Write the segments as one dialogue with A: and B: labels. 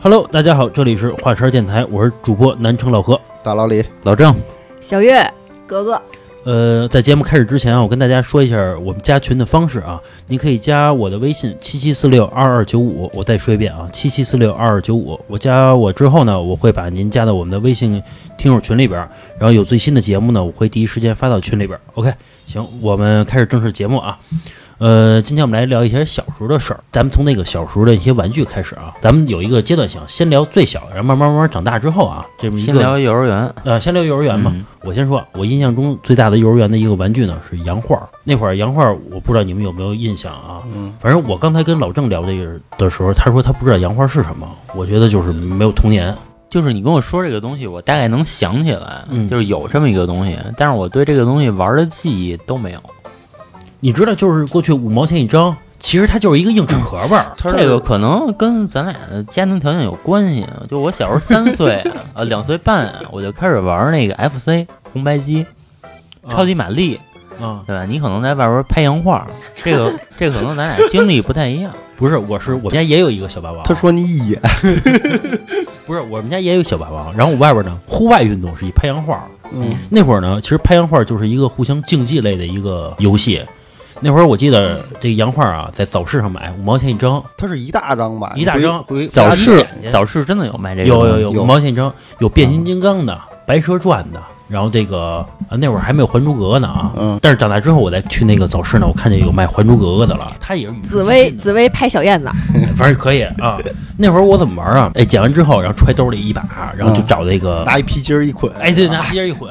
A: Hello，大家好，这里是华山电台，我是主播南城老何。
B: 大老李，
C: 老郑，
D: 小月、格格，
A: 呃，在节目开始之前啊，我跟大家说一下我们加群的方式啊，您可以加我的微信七七四六二二九五，我再说一遍啊，七七四六二二九五。我加我之后呢，我会把您加到我们的微信听友群里边儿，然后有最新的节目呢，我会第一时间发到群里边儿。OK，行，我们开始正式节目啊。呃，今天我们来聊一些小时候的事儿，咱们从那个小时候的一些玩具开始啊，咱们有一个阶段性，先聊最小，然后慢慢慢慢长大之后啊，这么一个
C: 先聊幼儿园。
A: 呃，先聊幼儿园吧。
C: 嗯
A: 我先说，啊我印象中最大的幼儿园的一个玩具呢是洋画儿。那会儿洋画儿，我不知道你们有没有印象啊？
B: 嗯，
A: 反正我刚才跟老郑聊这个的时候，他说他不知道洋画儿是什么。我觉得就是没有童年。
C: 就是你跟我说这个东西，我大概能想起来，
A: 嗯
C: 就是有这么一个东西，但是我对这个东西玩的记忆都没有。
A: 你知道，就是过去五毛钱一张，其实它就是一个硬纸壳儿吧儿。
B: 他
C: 这个可能跟咱俩的家庭条件有关系。啊就我小时候 三岁啊，两岁半啊，我就开始玩那个 FC 红白机、超级玛丽，
A: 啊，
C: 对吧？你可能在外边拍洋画，这个 这个可能咱俩经历不太一样。
A: 不是，我是我们家也有一个小霸王。
B: 他说你一眼，
A: 不是，我们家也有小霸王。然后我外边呢，户外运动是以拍洋画儿。
B: 嗯，
A: 那会儿呢，其实拍洋画就是一个互相竞技类的一个游戏。那会儿我记得这个洋画啊，在早市上买五毛钱一张，
B: 他是一大张吧？
A: 一大张
B: 回，回
C: 早
A: 你
C: 市
A: 捡去
C: 早市真的有卖这个东
A: 有有
C: 西，
A: 有
B: 有
A: 五毛钱一张，有变形金刚的、白蛇传的，然后这个啊那会儿还没有《还珠格格》呢啊。
B: 嗯，
A: 但是长大之后，我再去那个早市呢，我看见有卖《还珠格格》的了，它也是与时
D: 紫
A: 俱
D: 薇，
A: 进的
D: 紫薇拍小燕子，
A: 反正可以啊。 那会儿我怎么玩啊？哎，捡完之后，然后揣兜里一把，然后就找那个
B: 拿一皮筋儿一捆，
A: 哎，对，拿皮筋儿一捆。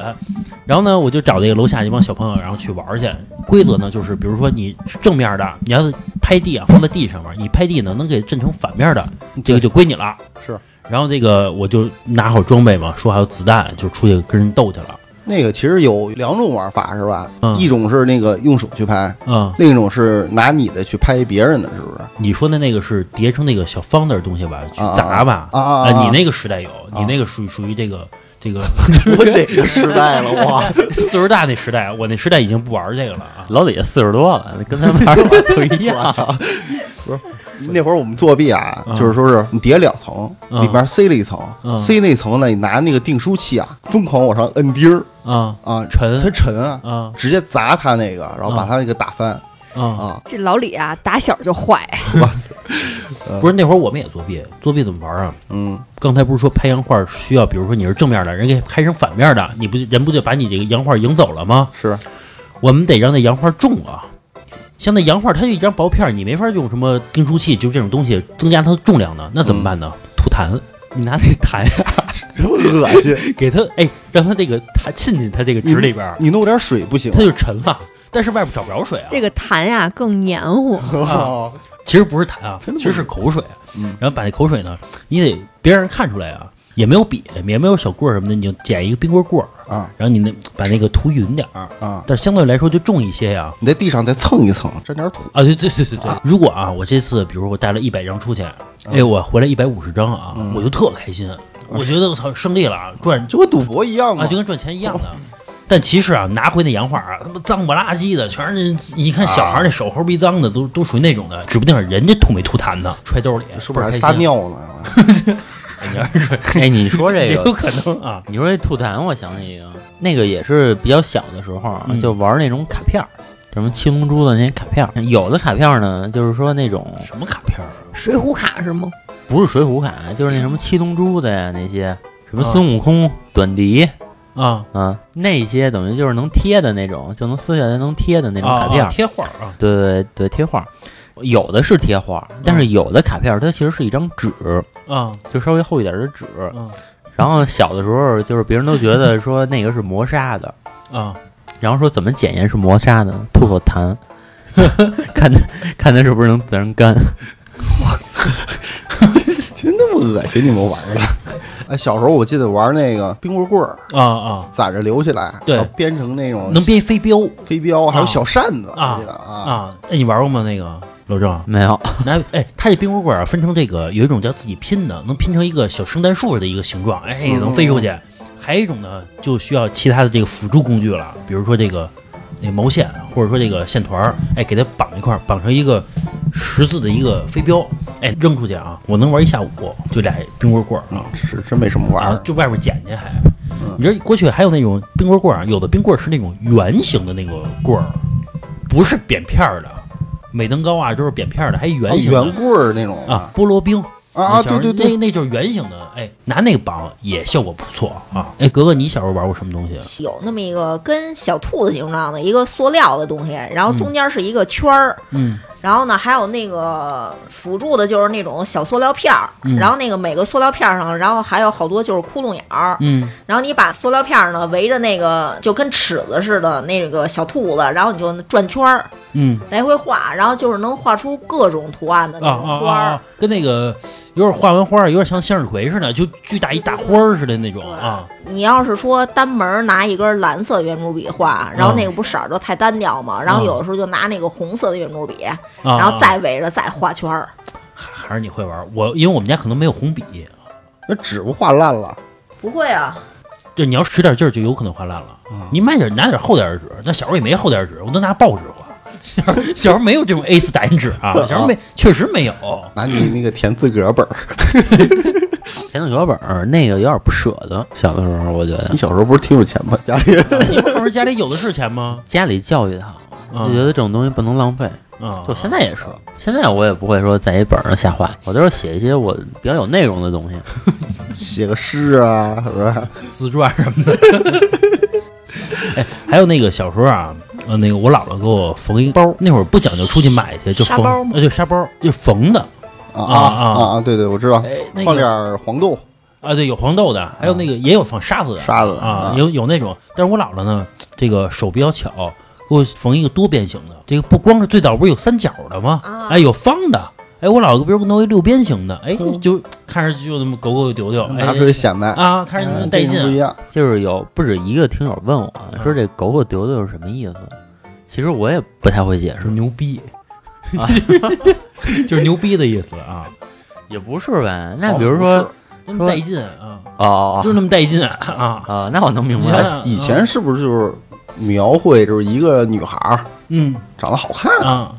A: 然后呢，我就找那个楼下一帮小朋友，然后去玩儿去。规则呢，就是比如说你是正面的，你要是拍地啊，放在地上面，你拍地呢能给震成反面的，这个就归你了。
B: 是。
A: 然后这个我就拿好装备嘛，说还有子弹，就出去跟人斗去了。
B: 那个其实有两种玩法是吧？
A: 嗯
B: 一种是那个用手去拍，
A: 嗯，
B: 另一种是拿你的去拍别人的，是不是？
A: 你说的那个是叠成那个小方的东西吧，去
B: 啊
A: 砸吧。
B: 啊啊！
A: 啊，
B: 啊
A: 你那个时代有，你那个属于属于这个这个
B: 我哪个时代了？哇，
A: 岁数大那时代，我那时代已经不玩儿这个了啊。
C: 老李也四十多了，跟咱玩 的不一
B: 我
C: 样。
B: 操那会儿我们作弊啊
A: 嗯，
B: 就是说是你叠两层，
A: 嗯
B: 里边塞了一层
A: 嗯，
B: 塞那层呢，你拿那个订书器啊，疯狂往上摁钉儿
A: 啊，
B: 啊，
A: 沉嗯
B: 它沉啊，
A: 啊
B: 直接砸他那个，然后把他那个打翻
A: 啊，
B: 啊！
D: 这老李啊，打小就坏，
A: 不是那会儿我们也作弊，作弊怎么玩儿啊？
B: 嗯，
A: 刚才不是说拍洋画需要，比如说你是正面的，人给拍成反面的，你不就人不就把你这个洋画赢走了吗？
B: 是
A: 我们得让那洋画重啊。像那洋画，它就一张薄片儿，你没法用什么订书器，就这种东西增加它的重量呢，那怎么办呢？吐痰，你拿那痰
B: 恶心。
A: 给它， 哎，让它这个痰沁进它这个纸里边儿，
B: 你弄点水不行
A: 它就沉了。但是外边找不着水啊。
D: 这个痰呀、更黏 糊，
B: 啊？
A: 其实不是痰啊，
B: 真的不
A: 其
B: 是
A: 实是口水。
B: 嗯
A: 然后把那口水呢，你得别让人看出来啊，也没有笔，也没有小棍儿什么的，你就捡一个冰棍棍儿，
B: 啊
A: 然后你那把那个涂匀点儿，
B: 啊！
A: 但是相对来说就重一些呀。
B: 你在地上再蹭一蹭，沾点土。
A: 啊，对对对对对，如果啊，我这次比如我带了一百张出去，
B: 啊
A: 哎，我回来一百五十张啊，
B: 嗯
A: 我就特开心，
B: 啊
A: 我觉得我操胜利了，啊，赚
B: 就跟赌博一样嘛，
A: 啊就跟赚钱一样
B: 哦
A: 的。但其实啊，拿回那洋画啊，他妈脏不拉几的，全是那你看小
B: 啊
A: 孩那手猴逼脏的，都都属于那种的，指不定人家吐没吐痰呢，揣兜里，
B: 是不是还
A: 倍儿
B: 撒
A: 开心？啊
B: 尿 呢？
C: 哎，你说这
A: 也
C: 个
A: 有可能啊，
C: 你说这吐痰，我想起一个，那个也是比较小的时候啊，
A: 嗯
C: 就玩那种卡片儿，什么七龙珠的那些卡片儿。有的卡片儿呢，就是说那种
A: 什么卡片儿
D: 水浒卡是吗？
C: 不是水浒卡，啊就是那什么七龙珠的呀，那些什么
A: 啊
C: 孙悟空、短笛
A: 啊？
C: 啊，那些等于就是能贴的那种，就能撕下来能贴的那种卡片
A: 啊
C: 儿。
A: 贴画儿啊，
C: 对对对，贴画儿，有的是贴画儿，但是有的卡片儿它其实是一张纸，
A: 啊
C: 就稍微厚一点儿的纸。
A: 嗯
C: 然后小的时候，就是别人都觉得说那个是磨砂的。
A: 啊，
C: 然后说怎么检验是磨砂的，吐口痰， 看它看它是不是能自然干。
B: 真那么恶心，你们玩的？哎，小时候我记得玩那个冰棍棍儿，
A: 啊啊，
B: 攒着留起来，
A: 对
B: 然后编成那种
A: 能编一飞镖
B: 飞镖，还有
A: 啊
B: 小扇子，
A: 啊
B: 我记得啊
A: 啊？哎，你玩过吗？那个老 郑，
C: 没有，
A: 拿哎，它这冰棍棍啊，分成这个有一种叫自己拼的，能拼成一个小圣诞树的一个形状，哎，
B: 嗯
A: 能飞出去；还有一种呢，就需要其他的这个辅助工具了，比如说这个那毛线，或者说这个线团儿，哎，给它绑一块儿，绑成一个十字的一个飞镖，哎，扔出去啊，我能玩一下午，就俩冰棍棍儿
B: 啊，是真没什么玩
A: 啊
B: 儿，。嗯
A: 就外边捡去还。你知道过去还有那种冰棍棍儿啊，有的冰棍儿是那种圆形的那个棍儿，不是扁片儿的，美登高啊都是扁片儿的，还
B: 啊
A: 圆形的
B: 圆棍儿那种
A: 啊，菠萝冰。
B: 啊啊！
A: 你小时
B: 对
A: 候
B: 对对，
A: 那那就是圆形的，哎，拿那个绑也效果不错啊。哎，格格，你小时候玩过什么东西？啊
E: 有那么一个跟小兔子形状的一个塑料的东西，然后中间是一个圈儿，
A: 嗯，
E: 然后呢还有那个辅助的就是那种小塑料片儿，
A: 嗯
E: 然后那个每个塑料片儿上，然后还有好多就是窟窿眼儿，
A: 嗯，
E: 然后你把塑料片儿呢围着那个就跟尺子似的那个小兔子，然后你就转圈儿
A: 嗯，
E: 来回画，然后就是能画出各种图案的
A: 啊
E: 那种
A: 啊
E: 花儿。
A: 啊，跟那个有点画完花儿，有点像向日葵似的，就巨大一大花儿似的那种
E: 对
A: 啊。
E: 你要是说单门儿拿一根蓝色圆珠笔画，然后
A: 嗯
E: 那个不色儿就太单调嘛，然后有的时候就拿那个红色的圆珠笔，
B: 嗯
A: 啊
E: 然后再围着再画圈儿，
A: 还是你会玩儿我，因为我们家可能没有红笔，
B: 那纸不画烂了
E: 不会啊，
A: 就你要使点劲儿，就有可能画烂了。
B: 啊？
A: 你买点拿点厚点儿的纸，那小时候也没厚点儿纸，我都拿报纸画。小时候 小时候没有这种 A 4打印纸啊，小时候没确实没有。啊
B: 拿你那个填自个 儿本儿，
C: 填字小本儿那个有点不舍得。小的时候我觉得
B: 你小时候不是挺有钱吗？家里
A: 你不是说家里有的是钱吗？
C: 家里教育他，
A: 啊
C: 就觉得这种东西不能浪费。
A: 啊，
C: 就现在也是，现在我也不会说在一本上瞎画，我都是写一些我比较有内容的东西。
B: 写个诗啊，是不是？
A: 嗯自传什么的。哎，还有那个小时候啊，呃，那个我姥姥给我缝一包，那会儿不讲究出去买去，就
E: 纱
A: 缝
E: 包吗，
A: 呃，就纱包，就缝的。
B: 啊
A: 啊
B: 啊
A: 啊
B: 啊！对对，我知道，
A: 哎，那
B: 放
A: 个
B: 点儿黄豆、
A: 啊，对，有黄豆的，还有
C: 啊
A: 那个也有放沙子的
B: 沙子
A: 啊，有有那种。但是我姥姥呢，这个手比较巧，给我缝一个多边形的。这个不光是最早不是有三角的吗？
E: 啊
A: 哎，有方的。哎，我姥姥比如弄一六边形的，哎，就看着就那么狗狗丢丢，哎
B: 嗯拿出去显摆，
A: 啊，看着
B: 嗯
A: 带劲
B: 这不一
A: 啊。
B: 样。
C: 就是有不止一个听友问我说这狗狗丢丢是什么意思，其实我也不太会解释，
A: 牛逼，啊 就是牛逼的意思啊，
C: 也哦不是呗。那比如说，
A: 那么带劲啊，
C: 哦哦
A: 就是那么带劲啊。
C: 哦，那我能明
A: 你
C: 白。
A: 看
B: 哎以前是不是就是描绘就是一个女孩儿
A: 嗯
B: 长得好看
A: 啊，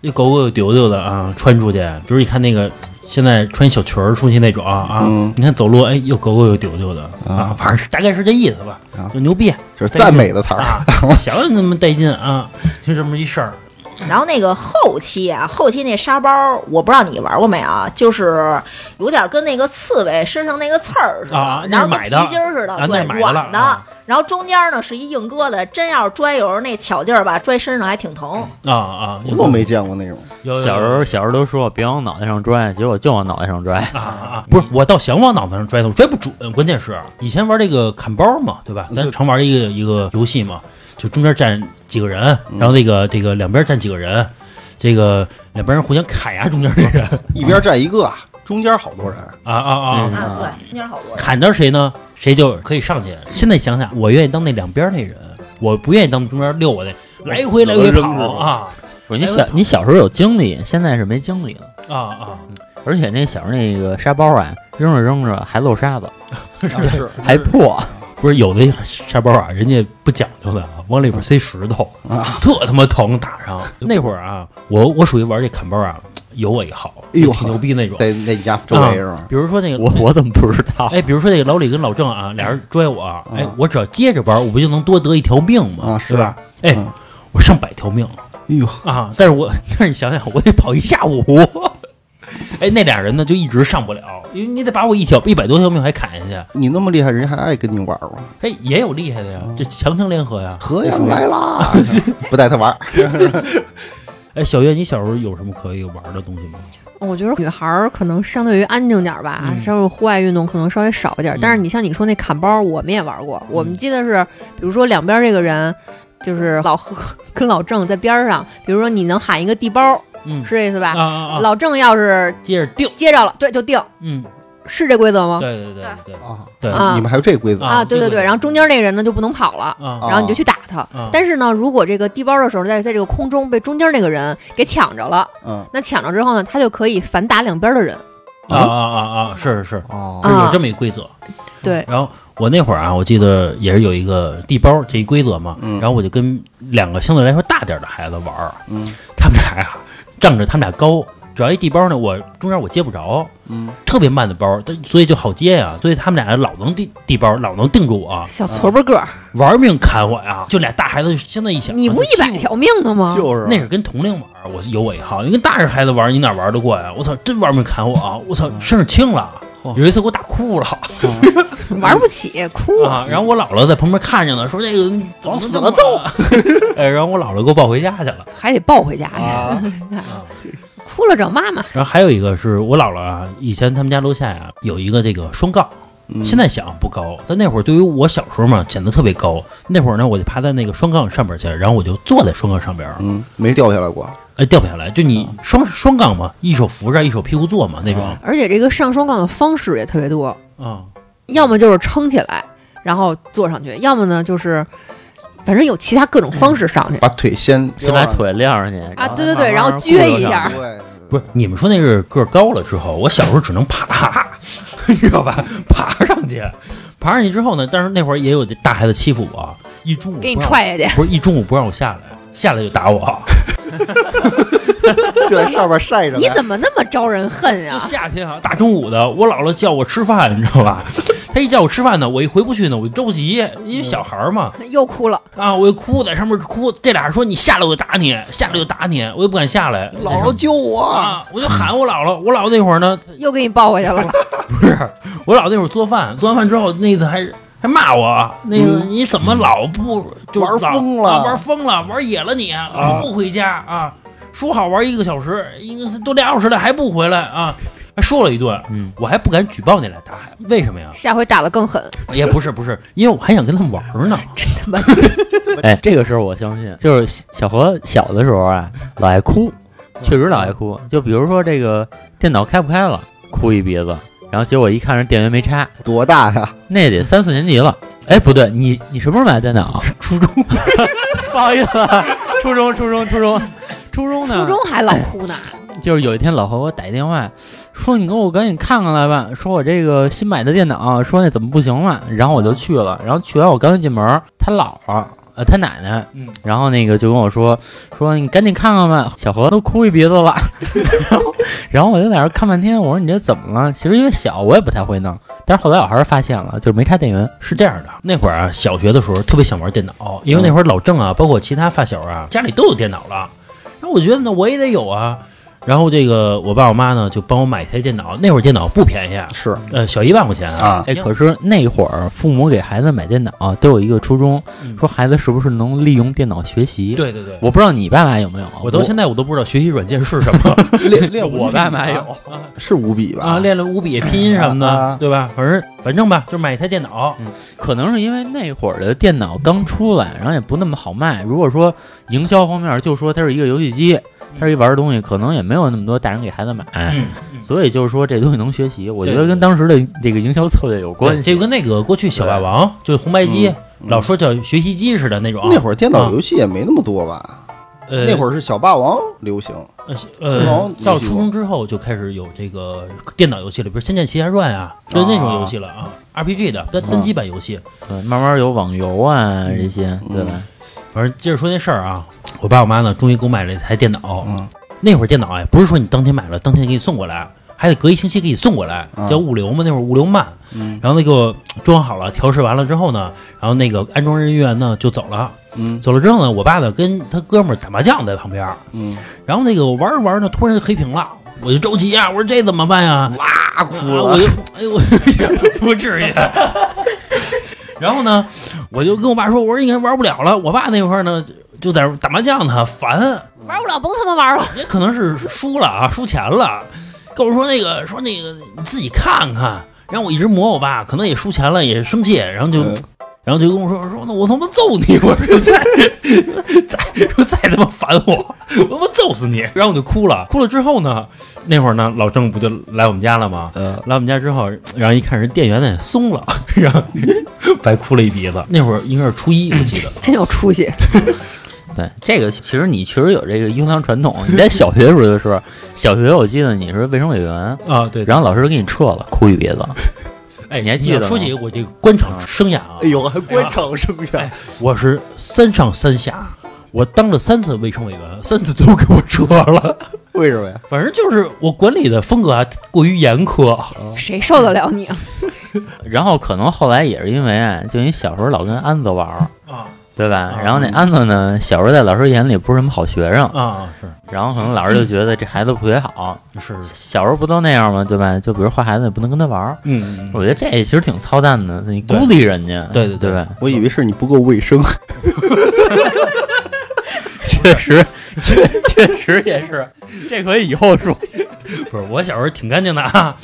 A: 那狗狗丢丢的啊，穿出去，比如你看那个现在穿小裙儿出去那种啊啊，
B: 嗯
A: 你看走路哎又狗狗又丢丢的啊，反正是大概是这意思吧
B: 啊，
A: 就牛 逼
B: 就是赞美的词儿，
A: 啊，想想那么带劲啊， 就这么一事儿
E: 然后那个后期啊，后期那沙包，我不知道你玩过没啊，就是有点跟那个刺猬身上那个刺儿似的，
A: 啊那是
E: 然后跟
A: 买
E: 皮
A: 的
E: 筋儿似的，
A: 啊那
E: 对，
A: 是买的
E: 软
A: 了
E: 的。
A: 啊
E: 然后中间呢是一硬疙瘩，真要是拽，有时候那巧劲儿吧，拽身上还挺疼。
A: 啊啊，
B: 我都没见过那种。
A: 有有有
C: 小时候小时候都说别往脑袋上拽，结果就往脑袋上拽。
A: 啊啊啊！不是，我倒想往脑子上拽的，我拽不准。关键是以前玩这个砍包嘛，对吧？咱
B: 对
A: 常玩一个一个游戏嘛，就中间站几个人，
B: 嗯
A: 然后那个这个两边站几个人，这个两边人互相砍呀，中间的 人
B: 一边站一个啊，中间好多人，
A: 啊啊啊！
C: 嗯
E: 啊，对，中间好多人。
A: 砍到谁呢，谁就可以上去。现在想想，我愿意当那两边那人，我不愿意当中间遛我那来回来回
B: 死
A: 跑
B: 了扔出去
A: 啊
C: 我说你小你小时候有精力，现在是没精力了。
A: 啊啊！
C: 而且那小时候那个沙包啊，扔着扔着还漏沙子，
B: 是
C: 还破。
A: 不是有的沙包啊，人家不讲究的，啊，往里边塞石头，
B: 啊，
A: 特他妈疼，打上 那会儿啊，我我属于玩这砍包啊，有我一好，
B: 哎呦
A: 挺牛逼那种。
B: 在在你家周围是
C: 啊
B: 吗？
A: 比如说那个
C: 我我怎么不知 道？
A: 哎，比如说那个老李跟老郑啊，俩人追我，哎，我只要接着玩，我不就能多得一条命吗？
B: 啊
A: 对
B: 是
A: 吧？哎
B: 嗯，
A: 我上百条命
B: 哎呦，
A: 啊！但是我 但是你想想，我得跑一下午。哎，那俩人呢就一直上不了，因为你得把我一条一百多条命还砍下去。
B: 你那么厉害，人家还爱跟你玩吗？
A: 哎，也有厉害的呀，这强强联合呀。
B: 河阳 来啦，不带他玩儿，
A: 哎，小月，你小时候有什么可以玩的东西吗？
D: 我觉得女孩儿可能相对于安静点儿 吧，
A: 嗯
D: 稍微户外运动可能稍微少一点儿。
A: 嗯
D: 但是你像你说那砍包，我们也玩过。我们记得是，比如说两边这个人，就是老何跟老郑在边儿上，比如说你能喊一个地包，
A: 嗯，
D: 是这意思吧？
A: 啊啊啊！
D: 老郑要是
A: 接着定，
D: 接着了，对，就定，
A: 嗯，
D: 是这规则吗？
A: 对对对对
B: 啊！
A: 对
D: 啊
B: 你们还有这规则？
D: 啊，对对
A: 这个
D: 对。然后中间那个人呢就不能跑了。
A: 啊
B: 啊
D: 然后你就去打他，
A: 啊
D: 但是呢，如果这个地包的时候在在这个空中被中间那个人给抢着了，
B: 嗯，
D: 那抢着之后呢，他就可以反打两边的人。
A: 啊啊啊啊！是是是，
B: 哦
A: 是
D: 啊
A: 有这么一规则。
D: 对，
A: 然后我那会儿啊，我记得也是有一个地包这一规则嘛，
B: 嗯
A: 然后我就跟两个相对来说大点儿的孩子玩儿，
B: 嗯，
A: 他们俩呀仗着他们俩高，只要一地包呢，我中间我接不着，
B: 嗯，
A: 特别慢的包，但所以就好接呀、所以他们俩老能地地包，老能定住我，
D: 小矬儿个儿，
A: 玩命砍我呀！就俩大孩子，现在一想，
D: 你不
A: 啊
D: 一百
A: 欺负
D: 条命呢吗？
B: 就是
A: 啊
B: 啊
A: 那是跟同龄玩儿，我有我一号。你跟大人孩子玩儿，你哪玩得过呀？我操，真玩命砍我啊！我操，
D: 嗯
A: 身上青了
B: 嚯。
A: 有一次给我打哭了
D: 玩不起，哭。
A: 啊，然后我姥姥在旁边看见了，说这个怎么
B: 往死
A: 这
B: 了
A: 么啊 哎，然后我姥姥给我抱回家去了。
D: 还得抱回家去，
B: 啊，
D: 哭了找妈妈。
A: 然后还有一个是我姥姥啊，以前他们家楼下呀、有一个这个双杠，
B: 嗯
A: 现在想不高，但那会儿对于我小时候嘛显得特别高。那会儿呢，我就爬在那个双杠上边去，然后我就坐在双杠上边，
B: 嗯，没掉下来过，
A: 哎，掉不下来。就你双双杠嘛，一手扶着，一手屁股坐嘛那种
D: 而且这个上双杠的方式也特别多，
A: 啊。
D: 要么就是撑起来，然后坐上去；要么呢就是，反正有其他各种方式上去。
B: 把腿先
C: 先把腿撂上去
D: 啊，对
C: 慢
D: 对对，
C: 慢
D: 然后
C: 慢慢
D: 撅
C: 过
D: 一
C: 上
D: 下
C: 去，
B: 对，
A: 不是你们说那是个儿高了之后，我小时候只能爬， 你知道吧？爬上去，爬上去之后呢，但是那会儿也有这大孩子欺负我，一中午
D: 给你
A: 不让
D: 踹下去。
A: 我，不是一中午不让我下来，下来就打我。
B: 就在上面晒着呢。
D: 你怎么那么招人恨
A: 就
D: 呀？
A: 夏天啊，大中午的，我姥姥叫我吃饭，你知道吧？她一叫我吃饭呢，我一回不去呢，我就着急，因为小孩儿嘛，
D: 又哭 了，
A: 啊，我就哭在上面哭。这俩人说你下来我就打你，下来就打你，我也不敢下来。
B: 姥姥救我？
A: 啊，我就喊我姥姥，我姥姥那会儿呢，
D: 又给你抱回去了。
A: 不是，我姥那会儿做饭，做完饭之后，那次还还骂我，那个你怎么老不就
B: 嗯玩
A: 老
B: 疯了啊
A: 啊玩疯了，玩野了你，老不回家啊？说好玩一个小时，应该是都俩小时了还不回来啊？还说了一顿，
C: 嗯，
A: 我还不敢举报那俩大孩子，为什 么呀？
D: 下回打得更狠，
A: 也不是不是，因为我还想跟他们玩呢。
D: 他妈
C: 哎，这个事儿我相信，就是小小何小的时候啊，老爱哭，确实老爱哭。就比如说这个电脑开不开了，哭一鼻子，然后结果一看是电源没插，
B: 多大呀？
C: 那得三四年级了。哎，不对，你你什么时候买的电脑？ 初中，不好意思啊，初中，初中，初中，初中呢？
D: 初中还老哭呢。
C: 就是有一天老何给我打一电话，说你给我赶紧看看来吧，说我这个新买的电脑，说那怎么不行了，然后我就去了，然后去完我刚一进门，他姥姥呃他奶奶，然后那个就跟我说说你赶紧看看吧，小何都哭一鼻子了， 然后然后我就在那儿看半天，我说你这怎么了？其实因为小我也不太会弄，但是后来我还是发现了，就是没插电源，
A: 是这样的，那会儿啊，小学的时候特别想玩电脑，因为那会儿老郑啊，包括其他发小啊，家里都有电脑了。然后我觉得呢，我也得有啊。然后这个我爸我妈呢就帮我买一台电脑，那会儿电脑不便宜，啊，
B: 是
A: 呃，小一万块钱
B: 啊，
C: 哎，可是那会儿父母给孩子买电脑都有一个初衷，
A: 嗯
C: 说孩子是不是能利用电脑学习？。
A: 对对对，
C: 我不知道你爸妈有没啊有，
A: 我到现在我都不知道学习软件是什 么
B: 练练
C: 我爸妈有，
B: 是五笔吧？
A: 啊，练了五笔拼音什么的
B: 啊，
A: 对吧？反正反正吧，就买一台电 脑，
C: 可能是因为那会儿的电脑刚出来，然后也不那么好卖。如果说营销方面就说它是一个游戏机，它是一玩的东西，可能也没有那么多大人给孩子买。
A: 嗯，
C: 所以就是说这东西能学习，我觉
A: 对
C: 得
A: 对
C: 跟当时的这个营销策略有关
A: 这
C: 系。
A: 跟那个过去小霸王就是红白机，
B: 嗯
A: 老说叫学习机似的那种。啊
B: 那会儿电脑游戏也没那么多吧？
A: 呃
B: 那会儿是小霸王流行，
A: 呃
B: 小霸
A: 呃
B: 王，
A: 到
B: 游戏
A: 初
B: 过
A: 中之后就开始有这个电脑游戏了，比如《仙剑奇侠传》啊，就那种游戏了啊，RPG 的
B: 嗯
A: 单单机版游戏。
C: 对，慢慢有网游啊
A: 嗯
C: 这些，对吧？
A: 反正接着说那事儿啊，我爸我妈呢，终于给我买了一台电脑。
B: 嗯
A: 那会儿电脑哎，不是说你当天买了，当天给你送过来，还得隔一星期给你送过来，
B: 啊
A: 叫物流嘛。那会儿物流慢，
B: 嗯
A: 然后那给我装好了，调试完了之后呢，然后那个安装人员呢就走了。
B: 嗯
A: 走了之后呢，我爸呢跟他哥们儿打麻将在旁边儿，
B: 嗯，
A: 然后那个我玩着玩着呢，突然就黑屏了，我就着急啊，我说这怎么办呀、
B: 哇哭
A: 啊
B: 了
A: 我，就哎呦， 不至于。啊 然后呢，我就跟我爸说，我说你看玩不了了。我爸那会儿呢，就就在那儿打麻将呢，烦，
D: 玩不了，甭他妈玩了。
A: 也可能是输了啊，输钱了。跟我说那个，说那个你自己看看。然后我一直磨我爸，可能也输钱了，也生气，然后就，
B: 嗯
A: 然后就跟我说说，那我他妈揍你！我说再再说再他妈烦我，我他妈揍死你！然后我就哭了，哭了之后呢，那会儿呢，老郑不就来我们家了吗？
B: 呃，
A: 来我们家之后，然后一看人电源呢松了， 然后白哭了一鼻子。那会儿应该是初一，我记得。
D: 真有出息，
C: 对，这个其实你确实有这个应当传统。你在小学的时候就是，小学我记得你是卫生委员，
A: 啊，对
C: 然后老师给你撤了，哭一鼻子。
A: 哎，
C: 你还记得吗
A: 说起嗯我这个官场生涯啊，
B: 哎哎呦，还官场生涯
A: 哎，我是三上三下，我当了三次卫生委员，三次都给我撤了。
B: 为什么呀？
A: 反正就是我管理的风格啊过于严苛，
D: 谁受得了你啊？
C: 然后可能后来也是因为啊，就你小时候老跟安子玩儿
A: 啊，
C: 对吧？
A: 啊
C: 然后那安子呢，小时候在老师眼里不是什么好学生，
A: 啊，是
C: 然后可能老师就觉得这孩子不学好。
A: 是是，
C: 小时候不都那样吗？对吧？就比如坏孩子也不能跟他玩儿。
A: 嗯，
C: 我觉得这其实挺操蛋的，你孤
A: 对
C: 立人家，
A: 对对
C: 对
A: 对
C: 吧？
B: 我以为是你不够卫生，
C: 确实，确确实也是，这可以以后说。
A: 不是我小时候挺干净的啊，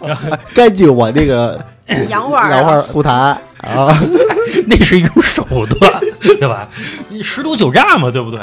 B: 干净我那 个
E: 洋画儿啊
B: 老话不谈啊，
A: 那是一种手段，对吧？你十赌九诈嘛，对不对？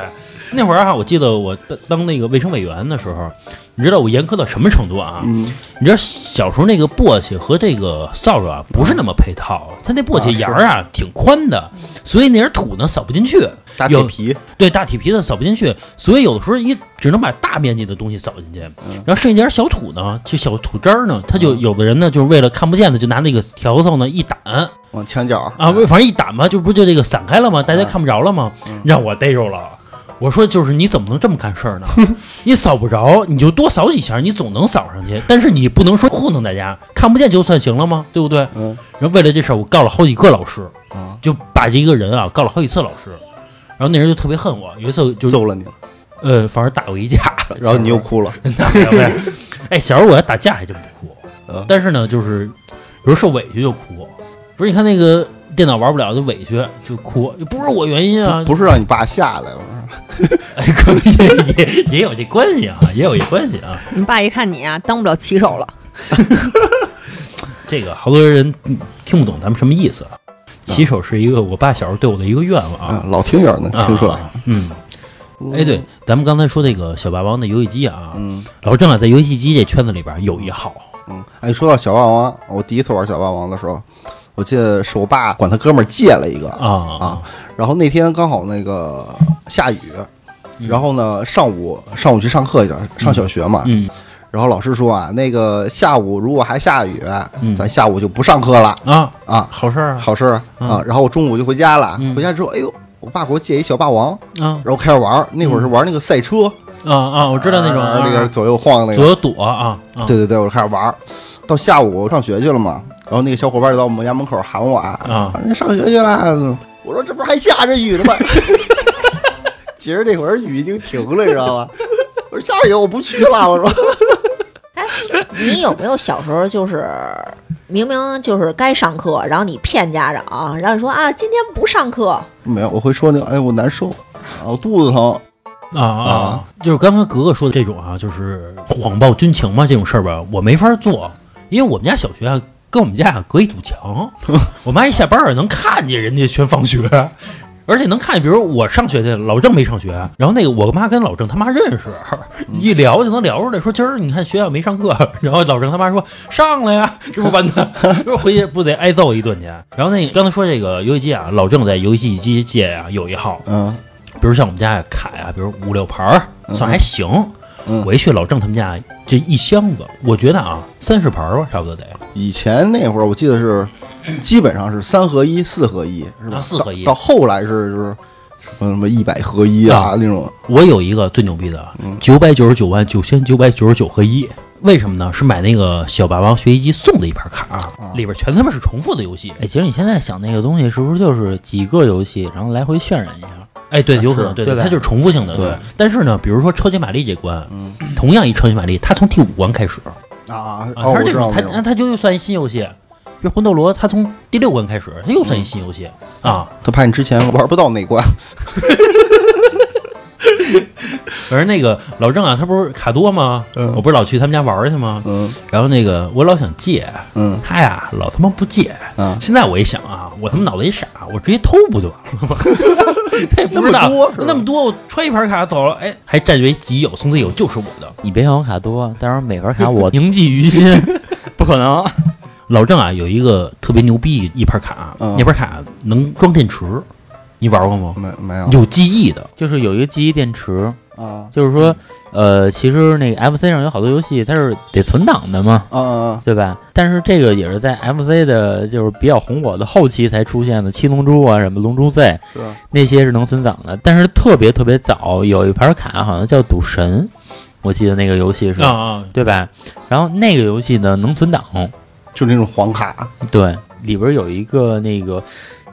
A: 那会儿啊，我记得我当当那个卫生委员的时候，你知道我严苛到什么程度啊？
B: 嗯，
A: 你知道小时候那个簸箕和这个扫帚啊，不是那么配套，它那簸箕沿儿啊挺宽的，所以那点土呢扫不进去，
B: 大
A: 有
B: 铁皮，
A: 对大体皮子扫不进去，所以有的时候你只能把大面积的东西扫进去，然后剩一点小土呢，就小土渣儿呢，他就有的人呢，就是为了看不见的，就拿那个笤帚呢一掸啊，
B: 往墙角
A: 为反正一掸吧，就不就这个散开了吗？大家看不着了吗？让我逮着了。我说就是你怎么能这么干事儿呢？你扫不着，你就多扫几下，你总能扫上去。但是你不能说糊弄大家，看不见就算行了吗？对不对？
B: 嗯
A: 然后为了这事儿，我告了好几个老师，
B: 啊，
A: 就把这一个人啊告了好几次老师。然后那人就特别恨我，有一次就是
B: 揍了你，
A: 呃，反正打过一 架，
B: 然后你又哭了，
A: 小时候哎，小时候我要打架还真不哭，
B: 嗯
A: 但是呢，就是有时候受委屈就哭，不是？你看那个电脑玩不了就委屈就哭，也不是我原因啊，
B: 不是让你爸下来吗？
A: 哎，可能也也也有这关系啊， 也有这关系啊。
D: 你爸一看你啊，当不了骑手了。
A: 这个好多人嗯听不懂咱们什么意思啊。
B: 嗯
A: 骑手是一个我爸小时候对我的一个愿望啊
B: 啊，，老听友能
A: 啊
B: 听出来。，
A: 嗯，哎，对，咱们刚才说那个小霸王的游戏机啊，
B: 嗯
A: 老郑啊，在游戏机这圈子里边有一号，
B: 嗯，哎，说到小霸王，我第一次玩小霸王的时候，我记得是我爸管他哥们儿借了一个
A: 啊
B: 啊，然后那天刚好那个下雨，
A: 嗯
B: 然后呢上午上午去上课去了，上小学嘛，
A: 嗯
B: 然后老师说啊，那个下午如果还下雨，啊
A: 嗯
B: 咱下午就不上课了
A: 啊，
B: 啊，
A: 好事儿啊
B: 好事儿啊
A: 嗯。
B: 然后我中午就回家了
A: 嗯，
B: 回家之后，哎呦，我爸给我借一小霸王，
A: 啊
B: 然后开始玩儿。那会儿是玩那个赛车，
A: 啊啊！我知道那种
B: 啊那个左右晃那
A: 左
B: 个。
A: 右躲啊，啊
B: 对对对，我就开始玩儿。到下午上学去了嘛，然后那个小伙伴就到我们家门口喊我啊，
A: 啊，
B: 人家上学去了。我说这不是还下着雨呢吗？ 其实那会儿雨已经停了，你知道吗？我说下雨我不去了，我说
E: 哎，你有没有小时候就是明明就是该上课，然后你骗家长，然后你说啊今天不上课，
B: 没有，我会说那个哎我难受，啊我肚子疼，
A: 啊啊
B: 啊！
A: 就是刚刚格格说的这种啊，就是谎报军情嘛，这种事儿吧，我没法做，因为我们家小学啊，跟我们家啊隔一堵墙，我妈一下班儿能看见人家全放学，而且能看见，比如我上学去，老郑没上学，然后那个我妈跟老郑他妈认识，一聊就能聊出来，说今儿你看学校没上课， 然后老郑他妈说上了呀，这不完蛋，这不回去不得挨揍一顿去。然后那个刚才说这个游戏机啊，老郑在游戏机界啊有一号，
B: 嗯
A: 比如像我们家呀，卡呀，比如五六盘儿，算还行。
B: 嗯
A: 我一去老郑他们家，这一箱子，我觉得啊，三十盘儿吧，差不多得。
B: 以前那会儿，我记得是基本上是三合一、四合一，是吧？
A: 啊四合一
B: 到到后来是就是什么什么一百合一啊
A: 啊
B: 那种，
A: 我有一个最牛逼的，
B: 嗯
A: 九百九十九万九千九百九十九合一。为什么呢？是买那个小霸王学习机送的一盘
B: 啊
A: 卡，里边全他妈是重复的游戏。
C: 哎，其实你现在想那个东西，是不是就是几个游戏，然后来回渲染一下？
A: 哎，对，有可能，对
C: 对吧
A: 它就是重复性的。
B: 啊对，
A: 但是呢，比如说超级玛丽这关，同样一超级玛丽，它从第五关开始，
B: 啊，
A: 啊，
B: 哦，
A: 它
B: 我
A: 是这
B: 知道
A: 种，它
B: 那
A: 那
B: 种，
A: 它就又算一新游戏。比如魂斗罗，它从第六关开始，它又算一新游戏啊。
B: 他怕你之前玩不到那关，
A: 而那个老郑啊，他不是卡多吗？
B: 嗯
A: 我不是老去他们家玩儿去吗？
B: 嗯
A: 然后那个我老想借，
B: 嗯
A: 他呀老他妈不借。
B: 啊，
A: 现在我一想啊，我他妈脑子一傻，我直接偷不就完 了吗？他也不知
B: 那
A: 道
B: 么多是吧
A: 那么多，我揣一盘卡走了，哎，还占为己有，从此以后就是我的。
C: 你别看我卡多，但是每盘 卡我铭记于心，不可能。
A: 老郑啊，有一个特别牛逼一盘卡，啊
B: 嗯
A: 那盘卡能装电池，你玩过吗？
B: 没没有，
A: 有记忆的，
C: 就是有一个记忆电池，
B: 啊
C: 就是说，呃，其实那个 FC 上有好多游戏它是得存档的嘛，
B: 啊啊！
C: 对吧？但是这个也是在 FC 的，就是比较红火的后期才出现的，《七龙珠》啊，什么《龙珠 Z》
B: 是啊
C: 那些是能存档的。但是特别特别早，有一盘卡好像叫《赌神》，我记得那个游戏是，
A: 啊
B: 嗯
A: 啊，
C: 对吧？然后那个游戏呢能存档，
B: 就那种黄卡，
C: 对，里边有一个那个，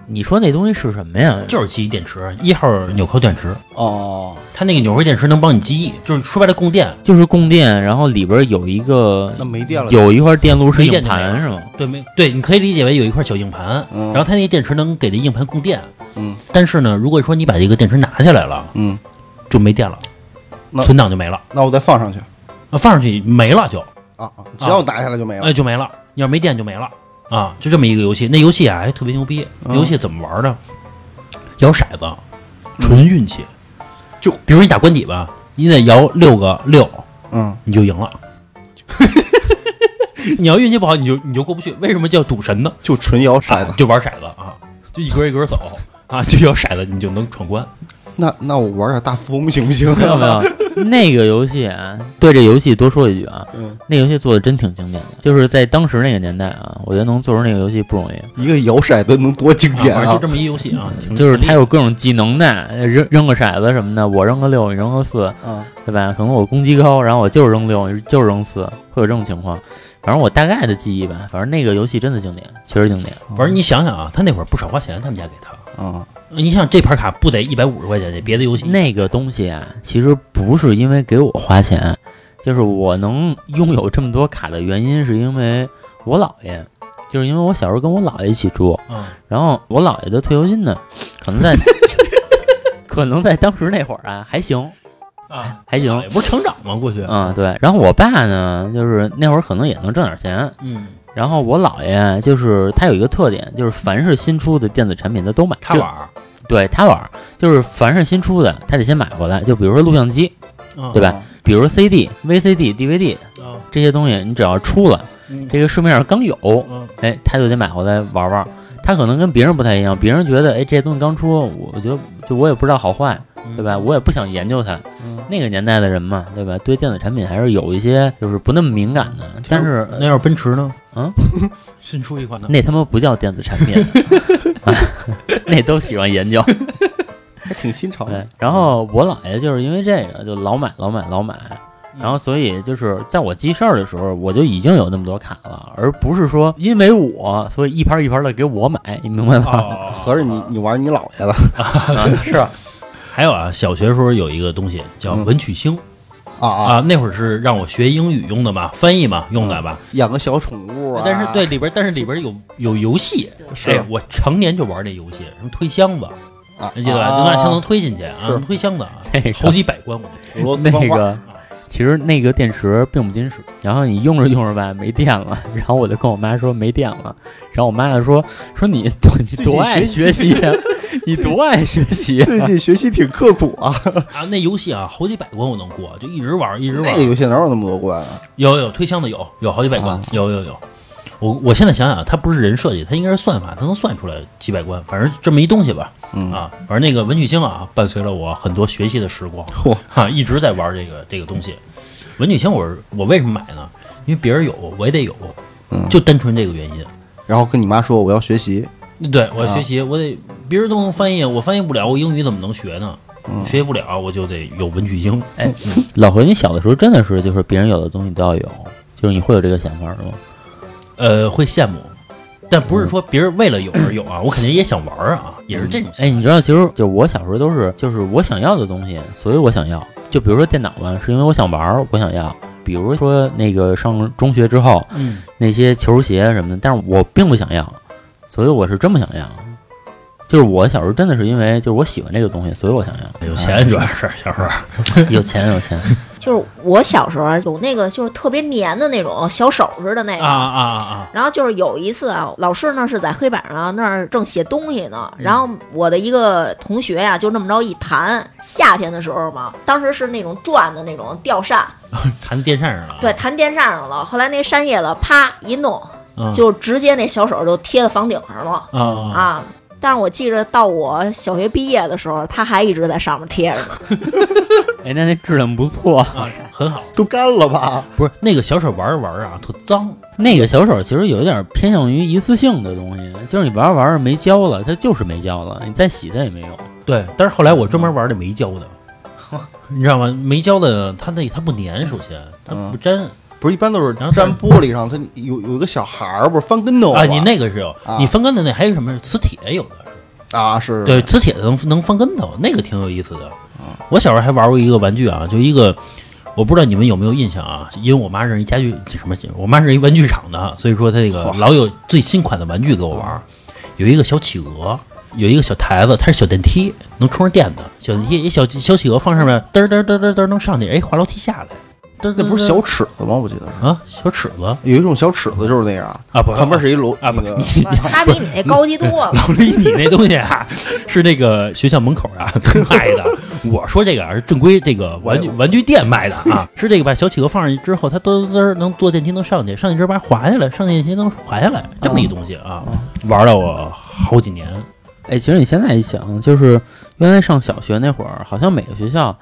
C: 你说那东西是什么呀？
A: 就是记忆电池，一号纽扣电池，
B: 哦，
A: 它那个纽扣电池能帮你记忆，就是说白了供电。
C: 就是供电，然后里边有一个
B: 那没电了，
C: 有一块电路是
A: 没
C: 硬
A: 电就没
C: 盘
A: 了
C: 是吗？
A: 对，没对，你可以理解为有一块小硬盘，
B: 嗯
A: 然后它那个电池能给这硬盘供电。
B: 嗯
A: 但是呢，如果说你把这个电池拿下来了，
B: 嗯，
A: 就没电了，
B: 那
A: 存档就没了，
B: 那我再放上去
A: 啊放上去没了就，
B: 啊啊！只要拿下来就没了
A: 哎，就没了。你要是没电就没了啊，就这么一个游戏。那游戏啊还特别牛逼，
B: 嗯
A: 游戏怎么玩呢？摇骰子，纯运气。
B: 嗯就
A: 比如你打关底吧，你得摇六个六，
B: 嗯，
A: 你就赢了。 你要运气不好，你就你就过不去。为什么叫赌神呢？
B: 就纯摇骰
A: 啊
B: 子。
A: 就玩骰子啊，就一格一格走啊，就摇骰子，你就能闯关。
B: 那那我玩点大富翁行不行？
C: 没有 没有，那个游戏啊，对这游戏多说一句啊，
B: 嗯，
C: 那游戏做的真挺经典的，就是在当时那个年代啊，我觉得能做出那个游戏不容易，
B: 一个摇骰子能多经
A: 啊
B: 典
A: 反正就
B: 啊！
A: 这么一游戏啊，挺
C: 就是
A: 挺
C: 它有各种技能的，扔扔个骰子什么的，我扔个六，你扔个四，
B: 啊，
C: 对吧？可能我攻击高，然后我就是扔六，就是扔四，会有这种情况。反正我大概的记忆吧，反正那个游戏真的经典，确实经典。
A: 反正你想想啊，他那会儿不少花钱，他们家给他。呃
B: 啊，
A: 你想这盘卡不得一百五十块钱去？别的游戏
C: 那个东西啊，其实不是因为给我花钱，就是我能拥有这么多卡的原因，是因为我姥爷，就是因为我小时候跟我姥爷一起住，
A: 啊，
C: 然后我姥爷的退休金呢，可能在，可能在当时那会儿啊还行，
A: 啊
C: 还行
A: 也，不是成长吗？过去，
B: 啊
C: 嗯对，然后我爸呢，就是那会儿可能也能挣点钱，
A: 嗯，
C: 然后我姥爷就是他有一个特点，就是凡是新出的电子产品他都买，
A: 他
C: 就
A: 玩儿，
C: 对他玩儿，就是凡是新出的他得先买回来，就比如说录像机。
A: 啊
C: 对吧？比如 CD、VCD、DVD
A: 啊，
C: 这些东西，你只要出了，
A: 嗯
C: 这个市面上刚有，
A: 嗯
C: 哎，他就得买回来玩玩。他可能跟别人不太一样，别人觉得哎这些东西刚出，我我觉得就我也不知道好坏，
A: 嗯
C: 对吧？我也不想研究它。
B: 嗯
C: 那个年代的人嘛，对吧？对电子产品还是有一些就是不那么敏感的。但是
A: 那要是呃奔驰呢？
C: 嗯，
A: 新出一款呢？
C: 那他妈不叫电子产品，啊那都喜欢研究。
B: 还挺新潮
C: 对
B: 的。，
C: 然后我姥爷就是因为这个就老买老买老买，
B: 嗯
C: 然后所以就是在我记事儿的时候，我就已经有那么多卡了，而不是说因为我所以一盘一盘的给我买，你明白吗？
A: 哦，
B: 合着你你玩你姥爷了
A: 还有啊，小学时候有一个东西叫
B: 嗯
A: 文曲星
B: 啊啊！
A: 啊，那会儿是让我学英语用的嘛，翻译嘛用的吧。
B: 养个小宠物啊，
A: 但是对里边，但是里边有有游戏，
B: 是
A: 哎，我常年就玩这游戏，什么推箱子，
B: 啊，
A: 记得吧？
B: 啊
A: 就拿箱能推进去啊
B: 是，
A: 推箱子啊，
C: 那
A: 好
C: 个
A: 几百关我啊就
B: 俄罗斯方
C: 那
B: 块，
C: 个，其实那个电池并不金属，然后你用着用着吧没电了， 然后我就跟我妈说没电了，然后我妈就说说你多你
B: 最近
C: 多爱
B: 学
C: 学习，啊 你多爱学习，啊
B: 最近学习挺刻苦啊。
A: 啊，那游戏啊，好几百关我能过，就一直玩，一直
B: 那个
A: 玩。
B: 游戏哪有那么多关啊？
A: 有有推箱的有，有好几百关
B: 啊，
A: 有有有。我我现在想啊想，它不是人设计，它应该是算法，它能算出来几百关，反正这么一东西吧。
B: 嗯
A: 啊，反正那个文曲星啊，伴随了我很多学习的时光，
B: 嚯
A: 哈、一直在玩这个这个东西。文曲星我是我为什么买呢？因为别人有，我也得有，
B: 嗯
A: 就单纯这个原因。
B: 然后跟你妈说我要学习，
A: 对我
B: 啊
A: 学习，我得别人都能翻译，我翻译不了，我英语怎么能学呢？
B: 嗯
A: 学习不了，我就得有文曲星。
C: 老何，你小的时候真的是就是别人有的东西都要有，就是你会有这个想法吗？
A: 呃，会羡慕，但不是说别人为了有而有 啊，我肯定也想玩儿啊，也是这种心态。
C: 哎，你知道，其实就我小时候都是，就是我想要的东西，所以我想要。就比如说电脑吧，是因为我想玩儿，我想要。比如说那个上中学之后
A: 嗯，
C: 那些球鞋什么的，但是我并不想要，所以我是这么想要。就是我小时候真的是因为就是我喜欢这个东西，所以我想要。
A: 哎
C: 啊
A: 有钱主要是小时候，
C: 有钱有钱，
E: 就是我小时候啊有那个就是特别粘的那种小手似的那个。
A: 啊啊啊啊！
E: 然后就是有一次啊，老师呢是在黑板上那儿正写东西呢，
A: 嗯
E: 然后我的一个同学呀、就那么着一弹，夏天的时候嘛，当时是那种转的那种吊扇，
A: 弹电扇上了啊，
E: 对，弹电扇上了，后来那扇叶子啪一弄，
A: 嗯
E: 就直接那小手就贴到房顶上了
A: 啊啊啊
E: 啊！但是我记着到我小学毕业的时候，它还一直在上面贴着呢。
C: 哎，那那质量不错。
A: 啊，很好。
B: 都干了吧？
A: 不是那个小手玩着玩着啊，特脏。
C: 那个小手其实有一点偏向于一次性的东西，就是你玩着玩着没胶了，它就是没胶了，你再洗它也没用。
A: 对，但是后来我专门玩的没胶 的，你知道吗？没胶的它那它不粘，首先它不粘、
B: 不是，一般都是
A: 然后
B: 粘玻璃上，它有有一个小孩儿，不是翻跟头吗
A: 啊。你那个是有，
B: 啊
A: 你翻跟头那还有什么是磁铁有的是，
B: 啊是嗯
A: 对，磁铁的能能翻跟头，那个挺有意思的。我小时候还玩过一个玩具啊，就一个。我不知道你们有没有印象啊？因为我妈是一家具什么，我妈是一玩具厂的，啊所以说她这个
B: 嚯
A: 老有最新款的玩具给我玩。有一个小企鹅，有一个小台子，它是小电梯，能充上电的。小电梯，一小小企鹅放上面，嘚儿嘚儿嘚儿嘚儿嘚儿能上去，哎，滑楼梯下来。嘚儿嘚儿
B: 那不是
A: 嘚
B: 小尺子吗？我记得是
A: 儿啊小尺子
B: 有一种小尺子就是那样，
A: 啊，不
B: 旁边是一楼
A: 啊不
B: 那个
E: 它比你那高级多了。
A: 老李，你那东西 啊，是那个学校门口 啊卖的。我说这个啊，是正规这个玩具
B: 我
A: 玩具店卖的 啊，是这个把小企鹅放上去之后，它嘚嘚嘚能坐电梯能上去，上去之后把它滑下来，上电梯能滑下来，这么一东西啊，玩了我好几年。
C: 哎，其实你现在一想，就是原来上小学那会儿，好像每个学校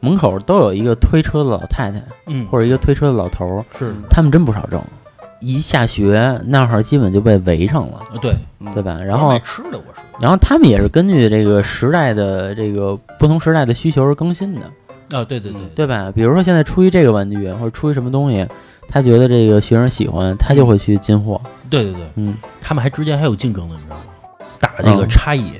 C: 门口都有一个推车的老太太
A: 嗯
C: 或者一个推车的老头儿，
A: 是
C: 他们真不少挣。一下学那会儿基本就被围上了，
A: 啊，对，
B: 嗯
C: 对吧？然
A: 我
C: 后
A: 买吃的我是
C: 然后他们也是根据这个时代的这个不同时代的需求而更新的，
A: 啊，对对对，
C: 对吧？比如说现在出于这个玩具或者出于什么东西，他觉得这个学生喜欢，他就会去进货。
A: 对对对，
C: 嗯，
A: 他们还之间还有竞争呢，你知道吗？打这个
C: 嗯
A: 差异。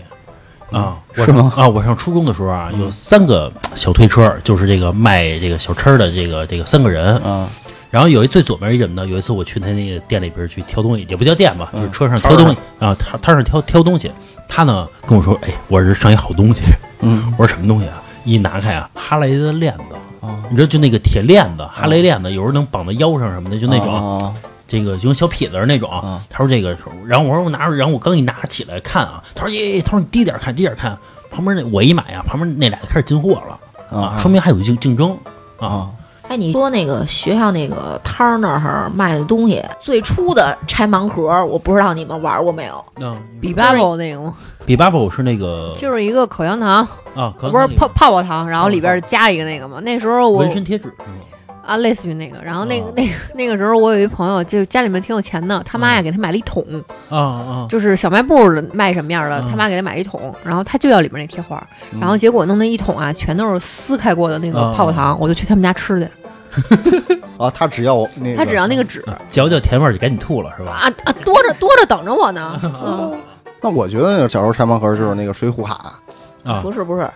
A: 啊，我
C: 是
A: 上
C: 吗嗯
A: 啊，我上初中的时候啊，有三个小推车，就是这个卖这个小吃的这个这个三个人，
B: 啊
A: 然后有一最左边一什么呢？有一次我去他那个店里边去挑东西，也不叫店吧，就
B: 嗯
A: 是车上挑东西啊，摊摊上挑挑东西。他呢跟我说：“哎，我是上一好东西。
B: 嗯”
A: 我说：“什么东西啊？”一拿开啊，哈雷的链子，
B: 啊
A: 你知道就那个铁链子，哈
C: 嗯
A: 雷链子，有时候能绑在腰上什么的，就那
C: 哦
A: 种
B: 啊
A: 这个用小撇子儿那种啊。
B: 啊
A: 他说这个时候，然后我说我拿着，然后我刚一拿起来看啊，他说：“耶，他说你低点儿看，低点儿看。”旁边那我一买啊，旁边那俩开始进货了啊，说明还有竞竞争啊。
B: 啊
E: 哎，你说那个学校那个摊儿那儿卖的东西，最初的拆盲盒，我不知道你们玩过没有？
A: 那
D: 比 bubble 那个吗？
A: 比巴布是那个
D: 就是一个口香糖，
A: 啊，可能
D: 不是
A: 那个
D: 泡泡泡糖，然后里边加一个那个嘛。那时候我
A: 纹身贴纸是吗？
D: 啊，类似于那个。然后那个
A: 哦
D: 那个那个时候，我有一朋友，就是家里面挺有钱的，他
A: 嗯
D: 妈呀给他买了一桶，
A: 啊啊！
D: 就是小卖部的卖什么样的，
A: 嗯
D: 他妈给他买了一桶，然后他就要里边那贴花，
B: 嗯
D: 然后结果弄那一桶啊，全都是撕开过的那个
A: 哦
D: 泡泡糖，我就去他们家吃去，
B: 啊，他只要我那个嗯
D: 他只要
A: 嗯
D: 那个纸。
A: 嚼嚼甜味儿就赶紧吐了是吧？
D: 啊啊，多着多着等着我呢。 嗯，
B: 那我觉得小时候拆盲盒就是那个水浒卡，
A: 啊
E: 不是不是，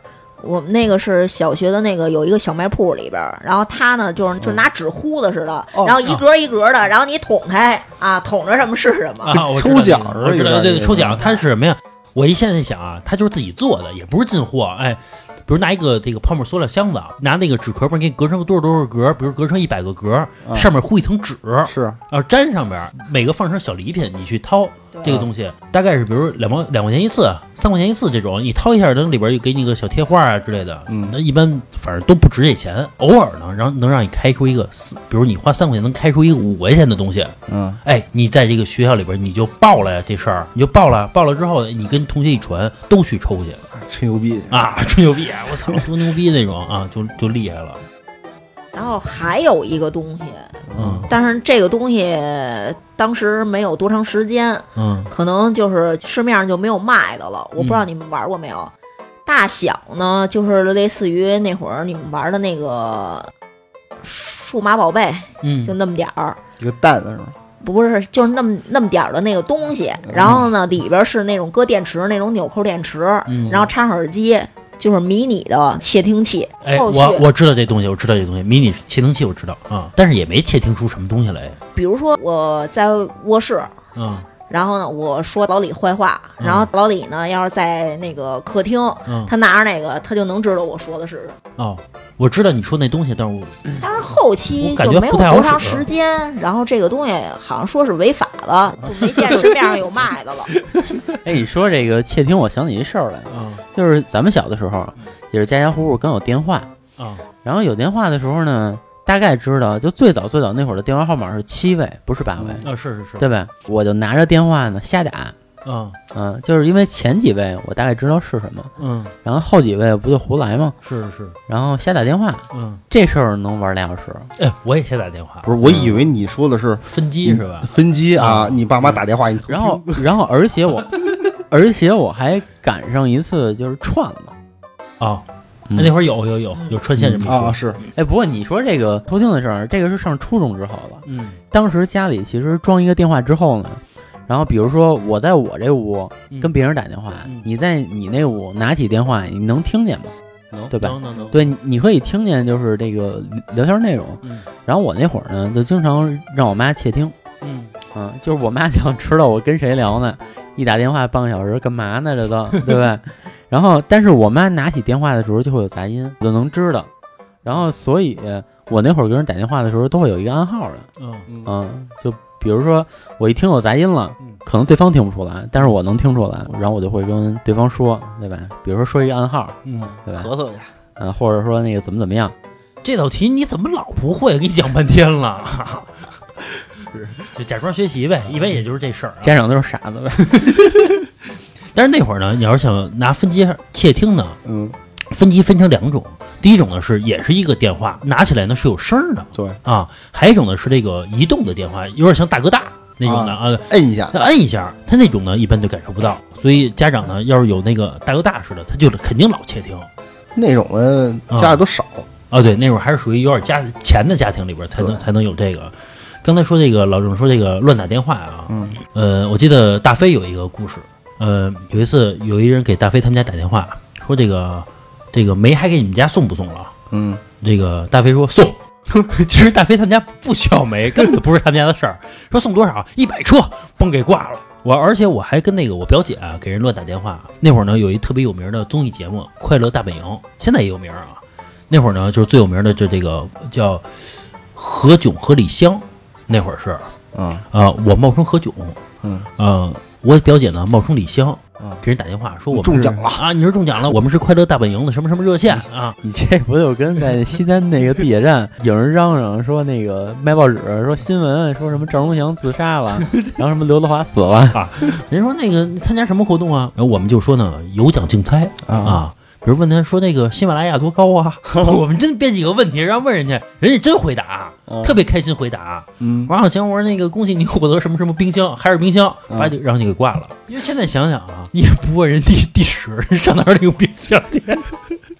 E: 我们那个是小学的那个有一个小卖铺里边儿，然后他呢
A: 嗯
E: 就是就是拿纸糊的似的，
B: 哦
E: 然后一格一格的，然后你捅开啊，捅着什么是什么。
A: 啊！我知道
B: 抽奖
A: 我知
B: 是
A: 道
B: 吧
A: 对
B: 这
A: 对
B: 个
A: 抽奖，它是什么呀？我一现在想啊，它就是自己做的，也不是进货。哎，比如拿一个这个泡沫塑料箱子，啊拿那个纸壳儿，不是给你隔成多少多少格儿，比如隔成一百个格儿，
B: 啊
A: 上面糊一层纸，
B: 是
A: 啊，粘上边儿，每个放成小礼品，你去掏
E: 对
A: 这个东西，大概是比如两毛两块钱一次，三块钱一次这种，你掏一下，等里边儿又给你个小贴画啊之类的，
B: 嗯
A: 那一般反正都不值这钱，偶尔呢，然后能让你开出一个四，比如你花三块钱能开出一个五块钱的东西，
B: 嗯
A: 哎，你在这个学校里边儿你就报了呀这事儿，你就报了，报了之后你跟同学一传，都去抽去
B: 吹牛逼
A: 啊，吹牛逼啊，我操，多牛逼那种啊，就就厉害了，
E: 然后还有一个东西，
A: 嗯
E: 但是这个东西当时没有多长时间，
A: 嗯
E: 可能就是市面上就没有卖的了。我不知道你们玩过没有。大小呢，就是类似于那会儿你们玩的那个数码宝贝，就
A: 嗯
E: 那么点儿。
B: 一个蛋是吗？
E: 不是，就是那么那么点儿的那个东西，
A: 嗯
E: 然后呢，里边是那种搁电池那种纽扣电池，
A: 嗯，
E: 然后插上耳机，就是迷你的窃听器。
A: 哎，
E: 后续，
A: 我我知道这东西，我知道这东西，迷你窃听器我知道啊，但是也没窃听出什么东西来
E: 比如说我在卧室，
A: 啊，
E: 然后呢，我说老李坏话，
A: 嗯
E: 然后老李呢，要是在那个客厅，
A: 嗯，
E: 他拿着那个，他就能知道我说的是什么。
A: 哦，我知道你说那东西，但是我
E: 但是后
A: 我
E: 期
A: 感
E: 就
A: 觉
E: 没
A: 不
E: 有
A: 太好
E: 多长
A: 使
E: 时间，然后这个东西好像说是违法的，就没见市面上有卖 的了。
C: 哎，你说这个窃听，我想起一事儿来，
A: 啊
C: 就是咱们小的时候，也是家家户户跟有电话，
A: 嗯啊
C: 然后有电话的时候呢，大概知道，就最早最
A: 嗯
C: 早那会儿的电话号码是七位，不是八位，
A: 啊，是是是，
C: 对吧？我就拿着电话呢瞎打，
A: 嗯
C: 嗯，就是因为前几位我大概知道是什么，
A: 嗯，
C: 然后后几位不就胡来吗？
A: 是是是，
C: 然后瞎打电话，
A: 嗯，
C: 这事儿能玩俩小时。
A: 哎，我也先打电话，嗯
B: 不是，我以为你说的是
A: 分机是吧？
B: 分机啊，
A: 嗯
B: 你爸妈打电话，你偷听
C: 然后，然后而且我， 而且我还赶上一次就是串了。
A: 哦，
C: 嗯
A: 哎那会儿有有有有穿线这么
B: 啊
A: 一说，
B: 是
C: 哎，不过你说这个偷听的事儿，这个是上初中之后了。
A: 嗯
C: 当时家里其实装一个电话之后呢，然后比如说我在我这屋
A: 嗯
C: 跟别人打电话，
A: 嗯
C: 你在你那屋拿起电话，你能听见吗？
A: 能
C: 对吧
A: 能能能，
C: 对，你你可以听见就是这个聊天内容。
A: 嗯
C: 然后我那会儿呢，就经常让我妈窃听，
A: 嗯
C: 嗯， 就是我妈想知道我跟谁聊呢，一打电话半个小时干嘛呢？这都对吧？然后，但是我妈拿起电话的时候就会有杂音，我就能知道。然后，所以呃我那会儿跟人打电话的时候都会有一个暗号的，
A: 嗯
B: 嗯
C: 嗯，就比如说我一听有杂音了
A: 嗯，
C: 可能对方听不出来，但是我能听出来，然后我就会跟对方说，对吧？比如说说一个暗号，
A: 嗯，
C: 对吧？
B: 咳嗽一下，
C: 嗯，或者说那个怎么怎么样，
A: 啊这道题你怎么老不会？给你讲半天了， 就假装学习呗，一般也就是这事儿啊。
C: 家长都是傻子 呗。
A: 但是那会儿呢，你要是想拿分机窃听呢，
B: 嗯，
A: 分级分成两种，第一种呢是也是一个电话，拿起来呢是有声儿的
B: 对
A: 啊，还有一种呢是这个移动的电话，有点像大哥大那种的啊，
B: 摁一下，
A: 他、摁一下，他那种呢一般就感受不到，所以家长呢要是有那个大哥大似的，他就肯定老窃听
B: 那种的家里都少，
A: 啊。对，那会儿还是属于有点家钱的家庭里边才能
B: 对
A: 才能有这个。刚才说这个老郑说这个乱打电话啊，
B: 嗯
A: 呃，我记得大飞有一个故事，呃，有一次有一人给大飞他们家打电话说这个这个煤还给你们家送不送了？
B: 嗯
A: 这个大飞说送。 其实大飞他们家不需要 煤，根本就不是他们家的事儿。说送多少，一百车，嘣给挂了。我而且我还跟那个我表姐啊，给人乱打电话。那会儿呢，有一特别有名的综艺节目《快乐大本营》，现在也有名儿啊。那会儿呢，就是最有名的就这个叫何炅和李湘，那会儿是
B: 啊
A: 啊，我冒充何炅，
B: 嗯
A: 呃，我表姐呢冒充李湘，
B: 啊，
A: 给人打电话说我们
B: 中
A: 是
B: 奖了
A: 啊，你是中奖了，我们是快乐大本营的什么什么热线啊，
C: 你这不就跟在西单那个地铁站有人嚷嚷说那个卖报纸说新闻说什么赵忠祥自 杀了，然后什么刘德华死了，
A: 人说那个你参加什么活动啊？然后我们就说呢，有奖竞猜
B: 啊，
A: 啊。比如问他说那个喜马拉雅多高 啊？我们真编几个问题，然后问人家，人家真回答，啊特别开心回答。
B: 嗯
A: 我说啊行，我说那个恭喜你获得什么什么冰箱，海尔冰箱，
B: 嗯
A: 把就让你给挂了。啊因为现在想想啊，你也不问人地 地址，人上哪儿有冰箱去？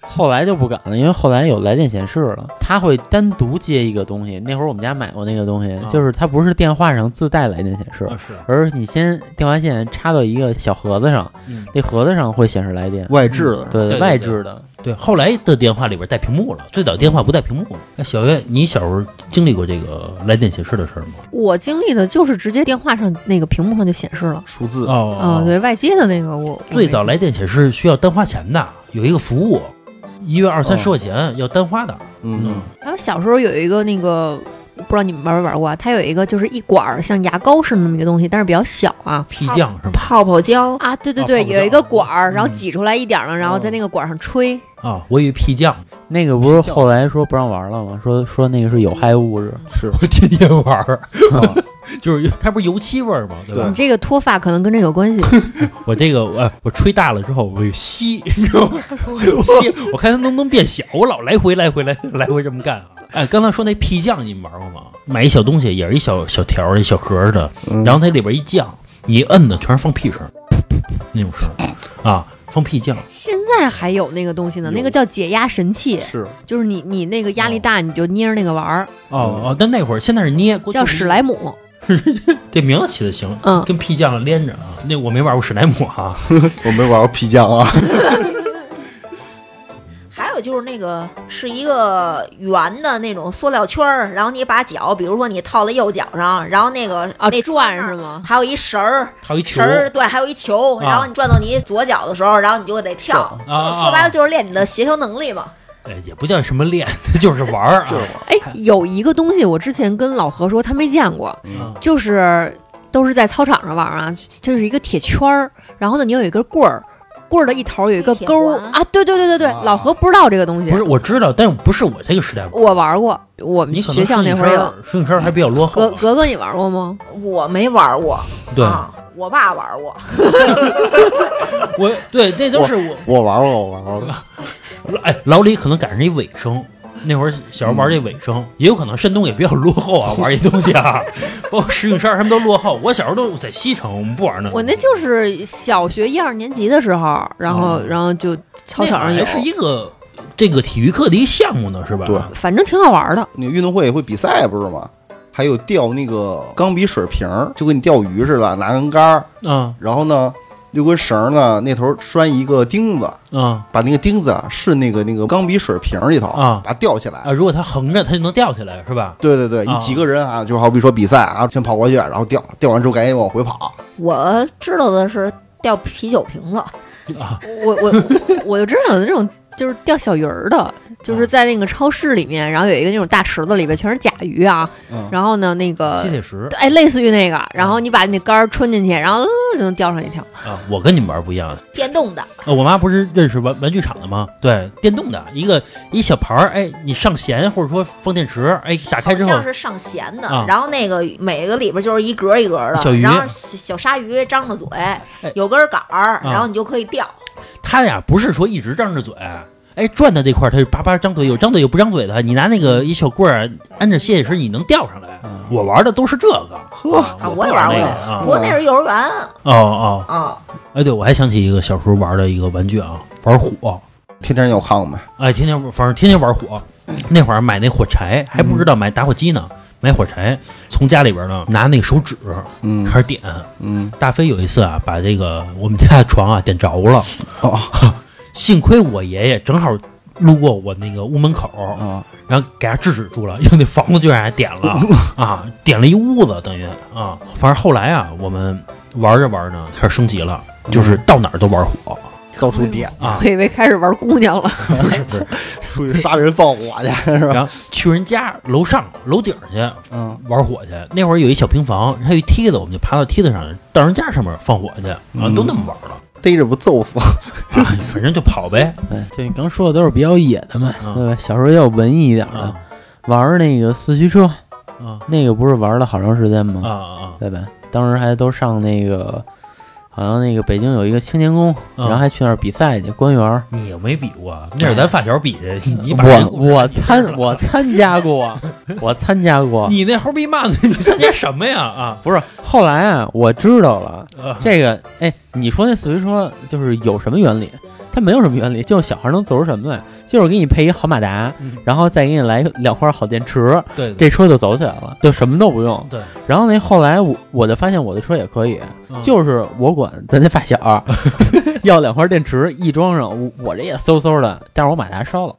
C: 后来就不敢了，因为后来有来电显示了，他会单独接一个东西。那会儿我们家买过那个东西，
A: 啊
C: 就是它不是电话上自带来电显示，
A: 是，啊
C: 而是你先电话线插到一个小盒子上，
A: 嗯
C: 那盒子上会显示来电，
B: 外置的，
C: 对
A: 对对
C: 外置的。
A: 对。后来的电话里边带屏幕了，最早电话不带屏幕了。哎，小月，你小时候经历过这个来电显示的事儿吗？
D: 我经历的就是直接电话上那个屏幕上就显示了。
B: 数字，
A: 哦
D: 啊，对外接的那个我我
A: 最早
D: 没
A: 来电显示需要单花钱的，有一个服务，一月二三十块钱要单花的。
B: 嗯
D: 还有小时候有一个那个，不知道你们玩没玩过啊？它有一个就是一管儿像牙膏似的那么一个东西，但是比较小啊。
A: P 酱是吗？
E: 泡泡胶，
D: 啊，对对
A: 啊
D: 对，
A: 泡泡
D: 有一
A: 胶
D: 个管儿，然后
A: 嗯
D: 挤出来一点儿呢，然后在那个管儿上吹。
A: 啊，我以为 P 酱，
C: 那个不是后来说不让玩了吗？说说那个是有害物质，
B: 是嗯
A: 我 天天玩儿， 就是它不是油漆味儿吗？对吧
D: 你？这个脱发可能跟这有关 系。
A: 我这个我我吹大了之后，我有吸， 你知道吗？我有吸，我看它能不能变小，我老来回来回来来回这么干啊。哎，刚才说那 P 酱你们玩过吗？买一小东西，也是一小小条儿、一小盒儿的，
B: 嗯
A: 然后它里边一酱，你一摁呢，全是放屁声，那种声儿啊，放屁酱。
D: 现在还有哦那个东西呢，那个叫解压神器，
B: 是
D: 就是你你那个压力大，你就捏着那个玩儿，
A: 哦哦，但那会儿现在是捏，过去
D: 叫
A: 是
D: 史
A: 捏
D: 莱姆。
A: 这名字起的行，
D: 嗯
A: 跟屁酱连着啊。那我没玩过史莱姆啊，
B: 我没玩过皮匠啊，
E: 还有就是那个是一个圆的那种塑料圈儿，然后你把脚，比如说你套在右脚上，然后那个
D: 啊，
E: 那
D: 转
E: 圈
D: 是
E: 儿
D: 吗？
E: 还有一绳儿，
A: 还有一球
E: 绳儿对，还有一球，
A: 啊
E: 然后你转到你左脚的时候，然后你就得跳。
A: 啊
E: 说白了就是练你的协调能力嘛。
A: 哎也不叫什么练， 就是玩儿啊。
D: 哎，有一个东西我之前跟老何说他没见过，
A: 嗯
D: 就是都是在操场上玩啊，就是一个铁圈儿，然后呢，你有一根棍儿，棍儿的一头有一个
E: 铁
D: 钩儿
E: 环
D: 啊，对对对对对，
B: 啊
D: 老何不知道这个东西，
A: 不是，我知道，但不是我这个时代玩儿。
D: 我玩过，我们
A: 你可能
D: 学校那会儿有，
A: 顺生还比较落后
D: 格
A: 啊。
D: 格格你玩过吗？
E: 我没玩过，
A: 对，
E: 啊、我爸玩过，
A: 我对，那都是我
B: 我玩过，我玩过，
A: 哎，老李可能赶上一尾声。那会儿小时候玩这尾声，也有可能山东也比较落后啊，玩这东西 啊，包括石景山什么都落后。我小时候都在西城，我们不玩那个。
D: 我那就是小学一二年级的时候，然后、然后就操场
A: 嗯
D: 上
A: 那
D: 有
A: 还，是一个这个体育课的一项目呢，是吧？
B: 对
D: 反正挺好玩的。
B: 那个运动会也会比赛不是吗？还有钓那个钢笔水瓶儿，就跟你钓鱼似的，拿根杆儿，
A: 啊
B: 然后呢，有根绳儿呢，那头拴一个钉子，
A: 啊
B: 把那个钉子啊顺那个那个钢笔水瓶儿里头
A: 啊
B: 把它吊起来。
A: 啊！如果它横着，它就能吊起来，是吧？
B: 对对对，
A: 啊
B: 你几个人啊，就好比说比赛啊，先跑过去，然后吊，吊完之后赶紧往回跑。
E: 我知道的是掉啤酒瓶子，
D: 我我我就知道有那种就是钓小鱼儿的，就是
A: 嗯
D: 在那个超市里面，然后有一个那种大池子，里边全是甲鱼啊。
B: 嗯，
D: 然后呢，那
E: 呃
D: 个
A: 吸铁石
D: 哎，类似于那个，然后你把那杆儿穿进去，然后呃就能钓上一条。
A: 啊，我跟你们玩不一样。
E: 电动的，
A: 呃我妈不是认识玩玩具厂的吗？对，电动的一个一小盘儿，哎，你上弦或者说放电池，哎，打开
E: 好
A: 之后
E: 像是上弦的
A: 啊，
E: 然后那个每个里边就是一格一格的，
A: 小鱼哎
E: 然后小小鲨鱼张着嘴，有根杆
A: 啊
E: 儿，然后你就可以钓。
A: 他俩不是说一直张着嘴，哎，转到这块儿，他就叭叭张嘴，有张嘴有不张嘴的。你拿那个一小棍儿按着歇息时，你能钓上来。我玩的都是这个，呵，
E: 啊，
A: 我
E: 也
A: 不
E: 玩
A: 那
E: 过
A: 个
E: 呀，
A: 啊
E: 不。过那是幼儿园啊
A: 哦哦，
E: 啊，
A: 哎，对，我还想起一个小时候玩的一个玩具啊，玩火。
B: 天天有炕呗，
A: 哎，天天反正天天玩火，
B: 嗯
A: 那会儿买那火柴还不知道买打火机呢，买火柴从家里边呢拿那手指
B: 嗯
A: 开始点。
B: 嗯，
A: 大飞有一次啊，把这个我们家的床啊点着了，
B: 哦
A: 幸亏我爷爷正好路过我那个屋门口，
B: 啊，
A: 然后给他制止住了， 因为那房子居然还点了
B: 嗯
A: 啊，点了一屋子，等于啊，反正后来啊，我们玩着玩呢，开始升级了，
B: 嗯
A: 就是到哪儿都玩火
B: 到处点，
A: 啊
D: 我，以为开始玩姑娘了，
A: 不是不是，
B: 出去杀人放火去是吧？
A: 然后去人家楼上楼顶儿去
B: 嗯
A: 玩火去，那会儿有一小平房，还有一梯子，我们就爬到梯子上，到人家上面放火去啊，
B: 嗯
A: 都那么玩了，
B: 逮着不揍死？
A: 啊，反正就跑呗
C: 就你刚说的都是比较野的嘛，
A: 嗯
C: 对吧？小时候也有文艺一点的，
A: 啊
C: 玩儿那个四驱车，
A: 啊
C: 那个不是玩了好长时间吗？
A: 啊啊
C: 对吧？当时还都上那个，好像那个北京有一个青年宫，然后
A: 啊！
C: 还去那儿比赛去，官员儿。
A: 你又没比过，那是咱发小比的，你把人
C: 我
A: 故事
C: 我
A: 你知道
C: 参
A: 了
C: 我参 加过，我参加过。
A: 你那猴逼骂子，你参加什么呀啊？
C: 不是，后来啊，我知道了，
A: 啊
C: 这个，哎，你说那四驱车就是有什么原理？它没有什么原理，就是小孩能做出什么来，就是给你配一好马达，
A: 嗯
C: 然后再给你来两块好电池，
A: 对对
C: 这车就走起来了，就什么都不用。
A: 对。
C: 然后那后来我我就发现我的车也可以，
A: 嗯
C: 就是我管咱那发 小要两块电池，一装上，我我这也嗖嗖的，但是我马达烧了。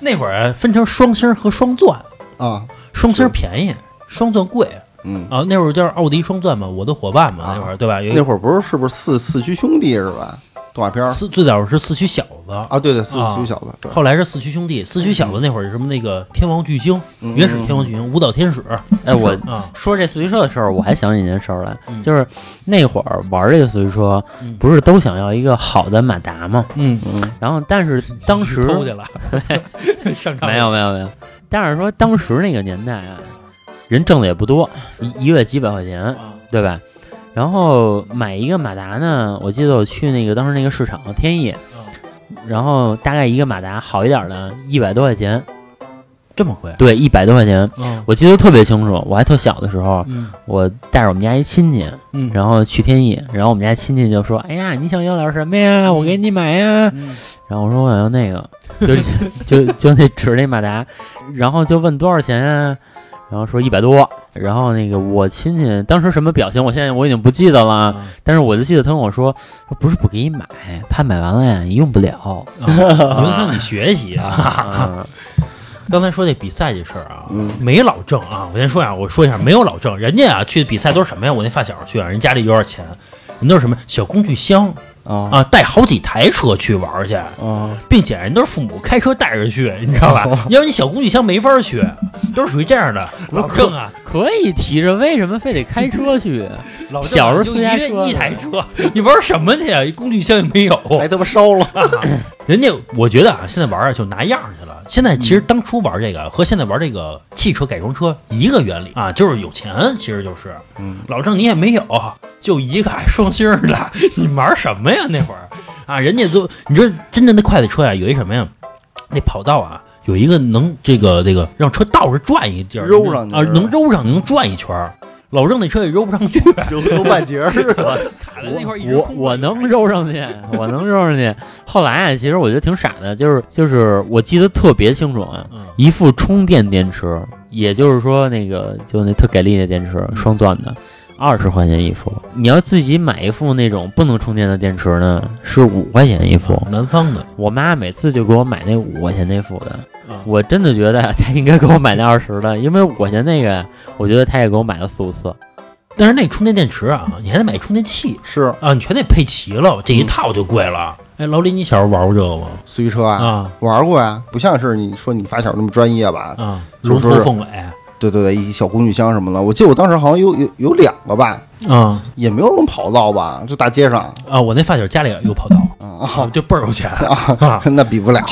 A: 那会儿分成双星儿和双钻，
B: 啊，
A: 双星儿便宜，双钻贵
B: 嗯，
A: 啊。那会儿叫奥迪双钻嘛，我的伙伴嘛，
B: 啊
A: 那会儿对吧？有
B: 那会儿不是是不是四四驱兄弟是吧？动画片儿
A: 四最早是四驱小子，
B: 啊，对对，四
A: 啊
B: 驱小子，对，
A: 后来是四驱兄弟。四驱小子那会儿是什么那个天王巨星，
B: 嗯
A: 原始天王巨星，舞蹈天使
C: 哎，我
A: 啊，
C: 说这四驱车的时候，我还想起一件事儿来，
A: 嗯
C: 就是那会儿玩这个四驱车
A: 嗯，
C: 不是都想要一个好的马达吗？
A: 嗯，
B: 嗯
C: 然后，但是当时
A: 偷 去了，上场
C: 没有没有没有，但是说当时那个年代啊，人挣的也不多，一一个月几百块钱，
A: 啊
C: 对吧？然后买一个马达呢，我记得我去那个当时那个市场天意，然后大概一个马达好一点的，一百多块钱，
A: 这么贵，啊
C: 对，一百多块钱，
A: 嗯
C: 我记得特别清楚。我还特小的时候，
A: 嗯
C: 我带着我们家一亲戚，
A: 嗯
C: 然后去天意，然后我们家亲戚就说：“哎呀，你想要点什么呀？我给你买呀。
A: 嗯”
C: 然后我说我想要那个， 就就就那指那马达，然后就问多少钱啊？然后说一百多。然后那个我亲戚当时什么表情，我现在我已经不记得了，
A: 啊
C: 但是我就记得他跟我说：“说不是不给你买，怕买完了呀你用不了。
A: 啊影响你学习 啊。
C: 啊
A: 刚才说这比赛这事儿啊，
B: 嗯
A: 没老郑啊，我先说一下，我说一下，没有老郑，人家啊去比赛都是什么呀？我那发小去啊，人家里有点钱，人都是什么小工具箱
B: 啊
A: 啊，带好几台车去玩儿去，
B: 啊，
A: 并且人都是父母开车带着去，你知道吧？ 要不然你小工具箱没法去，都是属于这样的。老郑啊，
C: 可以提着，为什么非得开车 去？
A: 老郑啊
C: 小时候
A: 就
C: 私
A: 一
C: 家
A: 人
C: 车
B: 哎
A: 一台车，你玩什么去啊？一工具箱也没有。
B: 还他妈烧了，
A: 人家我觉得啊，现在玩啊就拿样儿去了。现在其实当初玩这个和现在玩这个汽车改装车一个原理啊，就是有钱，其实就是，
B: 嗯，
A: 老郑你也没有，就一个双星儿的，你玩什么呀那会儿啊？人家就你说真正的快速车呀，有一什么呀？那跑道啊，有一个能这个这个让车倒着转一地儿，
B: 揉上去
A: 啊，
B: 是吧
A: 能揉上去能转一圈儿。老郑那车也揉不上去，
B: 有有半截 儿，
A: 卡在那块儿一直
C: 我我
A: 空
C: 我能揉上去，我能揉上去。后来啊，其实我觉得挺傻的，就是就是我记得特别清楚啊，
A: 嗯
C: 一副充电电池，也就是说那个就那特给力的电池，双钻的，二十块钱一副。你要自己买一副那种不能充电的电池呢，是五块钱一副。
A: 南方的
C: 我妈每次就给我买那五块钱那副的，
A: 啊，
C: 我真的觉得她应该给我买那二十的，因为五块钱那个，我觉得她也给我买了四五次。
A: 但是那充电电池啊，你还得买充电器
B: 是
A: 啊，你全得配齐了，这一套就贵了。哎，老李，你小时候玩过这个吗？
B: 四驱车啊，
A: 啊
B: 玩过呀，不像是你说你发小那么专业吧？
A: 啊，
B: 就
A: 龙
B: 是
A: 头凤尾
B: 对对对，一小工具箱什么的，我记得我当时好像有有有两个吧，
A: 啊
B: 也没有什么跑道吧，就大街上
A: 啊！我那发小家里有跑道，
B: 啊，
A: 就倍儿有钱嗯啊！
B: 那比不了，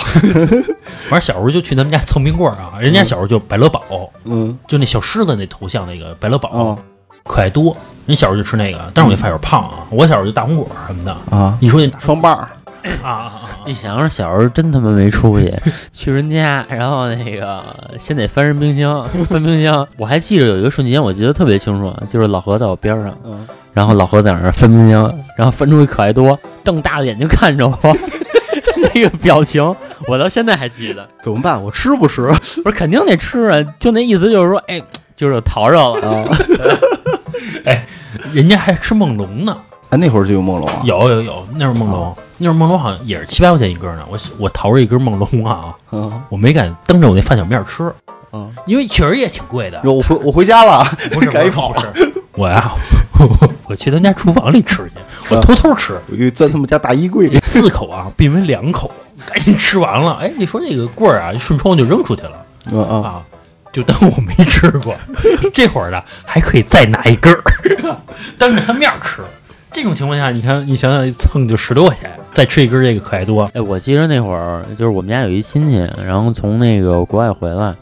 A: 完小时候就去咱们家蹭冰棍儿啊，人家小时候就百乐宝，
B: 嗯
A: 就那小狮子那头像那个百乐宝，
B: 啊
A: 可爱多。人小时候就吃那个，但是我那发小胖啊，我小时候就大红果儿什么的。
B: 啊，
A: 一说 那大
B: 双棒儿
A: 啊啊
C: 一想着小时候真他妈没出息，去人家，然后那个先得翻人冰箱，翻冰箱。我还记得有一个瞬间，我记得特别清楚，啊就是老何在我边上，
B: 嗯
C: 然后老何在那儿翻冰箱，然后翻出一可爱多，瞪大的眼睛看着我， 那个表情我到现在还记得。
B: 怎么办？我吃不吃
C: 我说肯定得吃啊，就那意思就是说，哎，就是淘着了。
B: 啊？
A: 啊！人家还吃梦龙呢，
B: 哎，那会儿就有梦龙啊，
A: 有有有，那会儿梦龙，那会儿梦龙好像也是七八块钱一根呢。我我淘着一根梦龙啊，
B: 嗯
A: 我没敢当着我那发小面吃，
B: 嗯，
A: 因为确实也挺贵的。
B: 我回我回家了，
A: 不是
B: 赶紧跑
A: 不是我呀、我去他们家厨房里吃去，我偷偷吃。
B: 我就钻他们家大衣柜里。
A: 四口啊，变为两口，赶紧吃完了。哎，你说这个棍儿啊，顺窗户就扔出去了
B: 嗯啊，
A: 啊，就当我没吃过。 这会儿呢，还可以再拿一根儿，当着他面儿吃。这种情况下，你看，你想想，蹭就十多块钱，再吃一根儿这个可爱多。
C: 哎，我记得那会儿就是我们家有一亲戚，然后从那个国外回来，然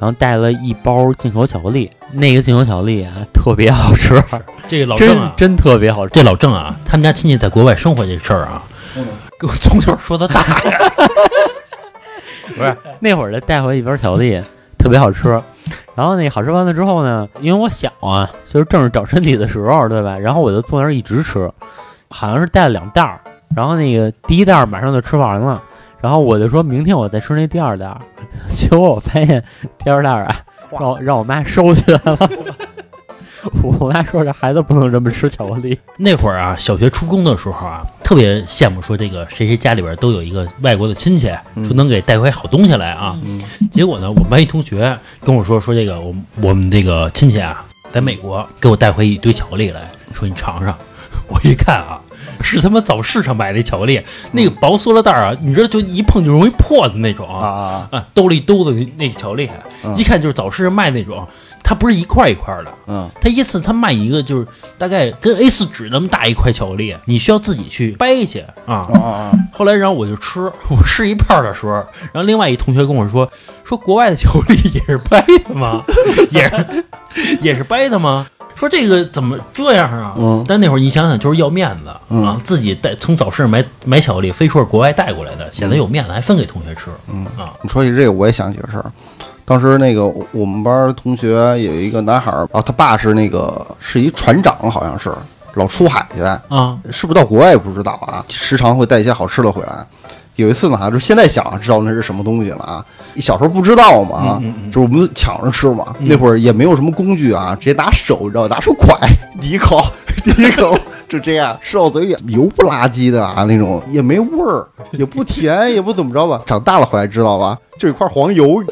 C: 后带了一包进口巧克力，那个进口巧克力啊特别好吃，
A: 这个老郑
C: 真
A: 啊，
C: 真特别好吃。
A: 这老郑啊，他们家亲戚在国外生活这事儿啊，给我从小说到大。
C: 那会儿呢带回一包巧克力，特别好吃。然后那好吃完了之后呢，因为我小啊，就是正是长身体的时候，对吧？然后我就坐那儿一直吃，好像是带了两袋儿，然后那个第一袋儿马上就吃完了，然后我就说明天我再吃那第二袋儿，结果我发现第二袋儿啊，让我让我妈收起来了。 我妈说这孩子不能这么吃巧克力，
A: 那会儿啊，小学、初中的时候啊，特别羡慕说这个谁谁家里边都有一个外国的亲戚，
B: 嗯
A: 说能给带回好东西来啊。
B: 嗯
A: 结果呢，我们班一同学跟我说说这个我们我们这个亲戚啊，在美国给我带回一堆巧克力来，说你尝 尝。我一看啊，是他妈早市上买的巧克力，那个薄塑料袋儿啊，你知道就一碰就容易破的那种
B: 啊啊，
A: 啊，兜了一兜子那个巧克力，
B: 嗯
A: 一看就是早市上卖那种，它不是一块一块的。
B: 嗯
A: 他一次他卖一个就是大概跟 A 4纸那么大一块巧克力，你需要自己去掰去啊
B: 啊。啊，
A: 后来然后我就吃，我吃一半的时候，然后另外一同学跟我说，说国外的巧克力也是掰的吗？也是也是掰的吗？说这个怎么这样啊？
B: 嗯
A: 但那会儿你想想，就是要面子、
B: 嗯
A: 啊，自己带从早市买买巧克力，非说是国外带过来的，显
B: 嗯
A: 得有面子，还分给同学吃。啊
B: 你说起这个，我也想起个事儿。当时那个我我们班儿同学有一个男孩儿，啊，他爸是那个是一船长，好像是老出海去的，
A: 啊
B: 是不是到国外也不知道啊，时常会带一些好吃的回来。有一次呢，就是现在想啊知道那是什么东西了啊，小时候不知道嘛，
A: 嗯嗯嗯
B: 就是我们抢着吃嘛，
A: 嗯
B: 那会儿也没有什么工具啊，直接拿手，你知道，拿手蒯，第一口，第一口就这样吃到嘴里油不拉几的啊，那种也没味儿，也不甜，也不怎么着吧。长大了回来知道吧，就一块 黄油，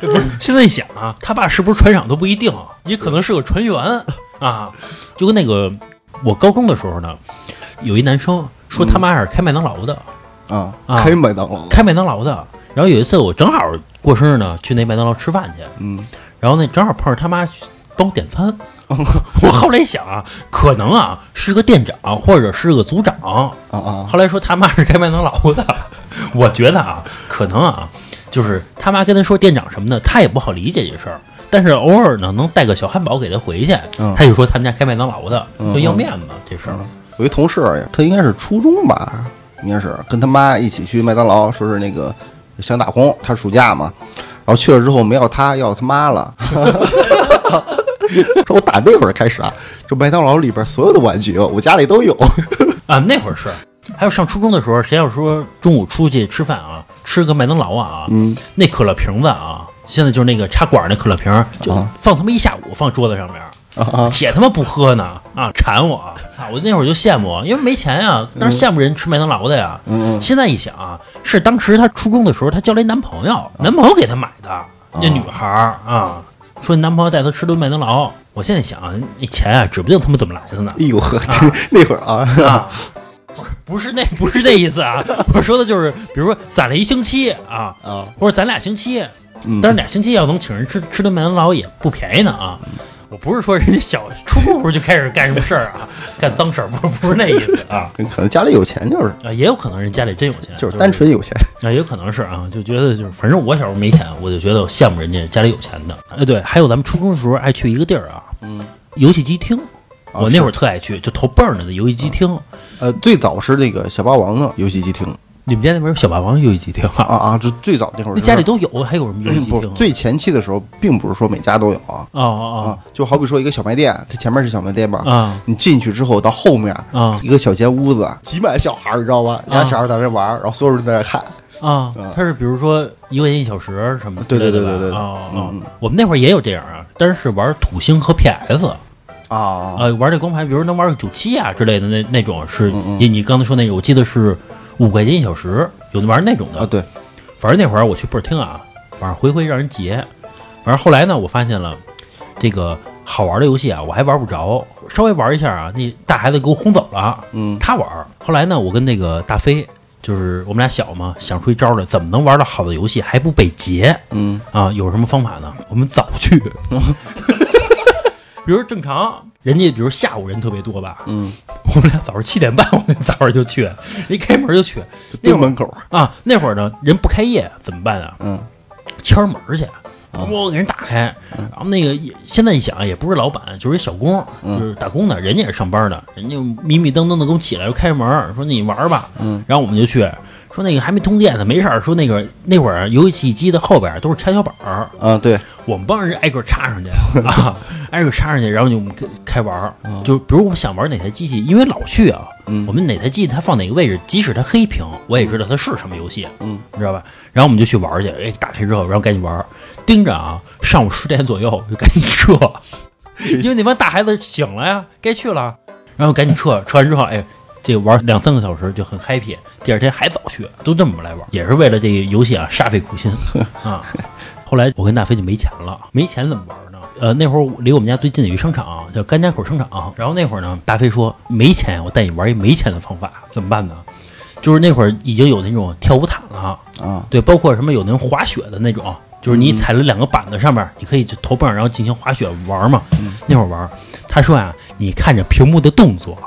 A: 不是，现在一想啊，他爸是不是船长都不一定，啊也可能是个船员啊。就跟那个我高中的时候呢，有一男生说他妈是开麦当劳的，
B: 啊，
A: 啊
B: 开麦当劳，
A: 开麦当劳的。然后有一次我正好过生日呢，去那麦当劳吃饭去，
B: 嗯
A: 然后那正好碰上他妈帮我点餐， 我后来想啊，可能啊是个店长或者是个组长，
B: 啊啊，
A: 后来说他妈是开麦当劳的， 我觉得啊，可能啊，就是他妈跟他说店长什么的，他也不好理解这事儿。但是偶尔呢，能带个小汉堡给他回去，
B: 嗯
A: 他就说他们家开麦当劳的，
B: 嗯
A: 就要面子这事儿。
B: 我一同事，他应该是初中吧，应该是跟他妈一起去麦当劳，说是那个想打工，他暑假嘛，然后去了之后没要他，要他妈了。 说我打那会儿开始啊，这麦当劳里边所有的玩具，我家里都有。
A: 啊，那会儿是，还有上初中的时候，谁要说中午出去吃饭啊，吃个麦当劳啊，
B: 嗯，
A: 那可乐瓶子啊，现在就是那个插管儿那可乐瓶儿，就
B: 啊
A: 放他妈一下午，放桌子上面儿。
B: 啊啊
A: 且他妈不喝呢啊！馋我，操！我那会儿就羡慕，因为没钱呀、当时羡慕人吃麦当劳的呀。
B: 嗯
A: 现在一想啊，是当时她初中的时候，她交了一男朋
B: 啊
A: 友，男朋友给她买的，那女孩儿啊，说男朋友带她吃顿麦当劳。我现在想啊，那钱啊，指不定他们怎么来的呢
B: 哎呦呵，那会儿啊，
A: 啊！不是 那不是那意思 啊，我说的就是，比如说攒了一星期啊，
B: 啊，
A: 或者攒俩星期，
B: 嗯
A: 但是俩星期要能请人吃吃顿麦当劳也不便宜呢啊！
B: 嗯
A: 我不是说人家小初中时候就开始干什么事儿啊，干脏事儿，不是不是那意思啊。
B: 可能家里有钱就是
A: 啊，也有可能人家里真有钱，
B: 就是单纯有钱。
A: 啊，也有可能是啊，就觉得就是，反正我小时候没钱，我就觉得我羡慕人家家里有钱的。哎，对，还有咱们初中的时候爱去一个地儿啊，
B: 嗯，
A: 游戏机厅，
B: 啊
A: 我那会儿
B: 是
A: 特爱去，就投奔儿的那游戏机厅。
B: 呃，最早是那个小霸王的游戏机厅
A: 你们家那边有小霸王游戏机厅
B: 啊
A: 啊？
B: 啊，这最早那会儿
A: 那
B: 是
A: 家里都有，还有什么游戏机
B: 不
A: 厅啊？
B: 最前期的时候，并不是说每家都有啊。
A: 哦哦
B: 啊，就好比说一个小卖店，它前面是小卖店吧
A: 哦，啊
B: 你进去之后到后面
A: 啊
B: 一个小间屋子，挤满小孩儿，你知道吧？俩小孩儿在那玩儿，然后所有人在那看。
A: 啊
B: 啊！
A: 它是比如说一块钱一小时什么之
B: 对
A: 类
B: 对
A: 的吧？
B: 对对对对
A: 哦哦
B: 嗯，
A: 我们那会儿也有这样啊，但是是玩土星和 PS
B: 啊，
A: 啊，玩那光盘，比如能玩个九七啊之类的那那种是
B: 嗯嗯
A: 你你刚才说那个，我记得是五块钱一小时，有的玩那种的
B: 啊，。对，
A: 反正那会儿我去倍儿听啊，反正回回让人截。反正后来呢，我发现了这个好玩的游戏啊，我还玩不着，稍微玩一下啊，那大孩子给我轰走了，
B: 嗯
A: 他玩儿。后来呢，我跟那个大飞，就是我们俩小嘛，想出一招来，怎么能玩到好的游戏还不被截
B: 嗯
A: 啊？有什么方法呢？我们早去， 比如正常。人家比如下午人特别多吧，
B: 嗯，
A: 我们俩早上七点半，我们早上就去，一开门就去
B: 就
A: 那会
B: 蹲
A: 儿
B: 门口儿，
A: 啊。那会儿呢，人不开业怎么办啊？
B: 嗯啊
A: 敲人门儿去，咣给人打开。然后那个也现在一想啊也不是老板，就是一小工，
B: 嗯
A: 就是打工的，人家也是上班的，人家迷迷瞪瞪的给我们起来，就开着门儿说你玩儿吧。
B: 嗯
A: 然后我们就去，说那个还没通电呢，没事儿。说那个那会儿游戏机的后边儿都是插小板儿，
B: 啊，对，
A: 我们帮人挨个插上去啊，挨个插上去，然后就我们开开玩儿。
B: 嗯
A: 就比如我们想玩哪台机器，因为老去啊，
B: 嗯
A: 我们哪台机器它放哪个位置，即使它黑屏，我也知道它是什么游戏，
B: 嗯，
A: 你知道吧？然后我们就去玩儿去，哎，打开之后，然后赶紧玩儿，盯着啊，上午十点左右就赶紧撤，因为那帮大孩子醒了呀，该去了，然后赶紧撤，撤完之后，哎。这玩儿两三个小时就很 happy，第二天还早去，都这么来玩儿，也是为了这个游戏啊煞费苦心啊。后来我跟大飞就没钱了，没钱怎么玩呢？呃，那会儿离我们家最近的有一商场叫甘家口商场，然后那会儿呢，大飞说没钱，我带你玩一没钱的方法，怎么办呢？就是那会儿已经有那种跳舞毯了，
B: 啊
A: 对，包括什么有那种滑雪的那种，啊就是你踩了两个板子上面，你可以就头碰上，然后进行滑雪玩嘛。那会儿玩，他说啊，你看着屏幕的动作，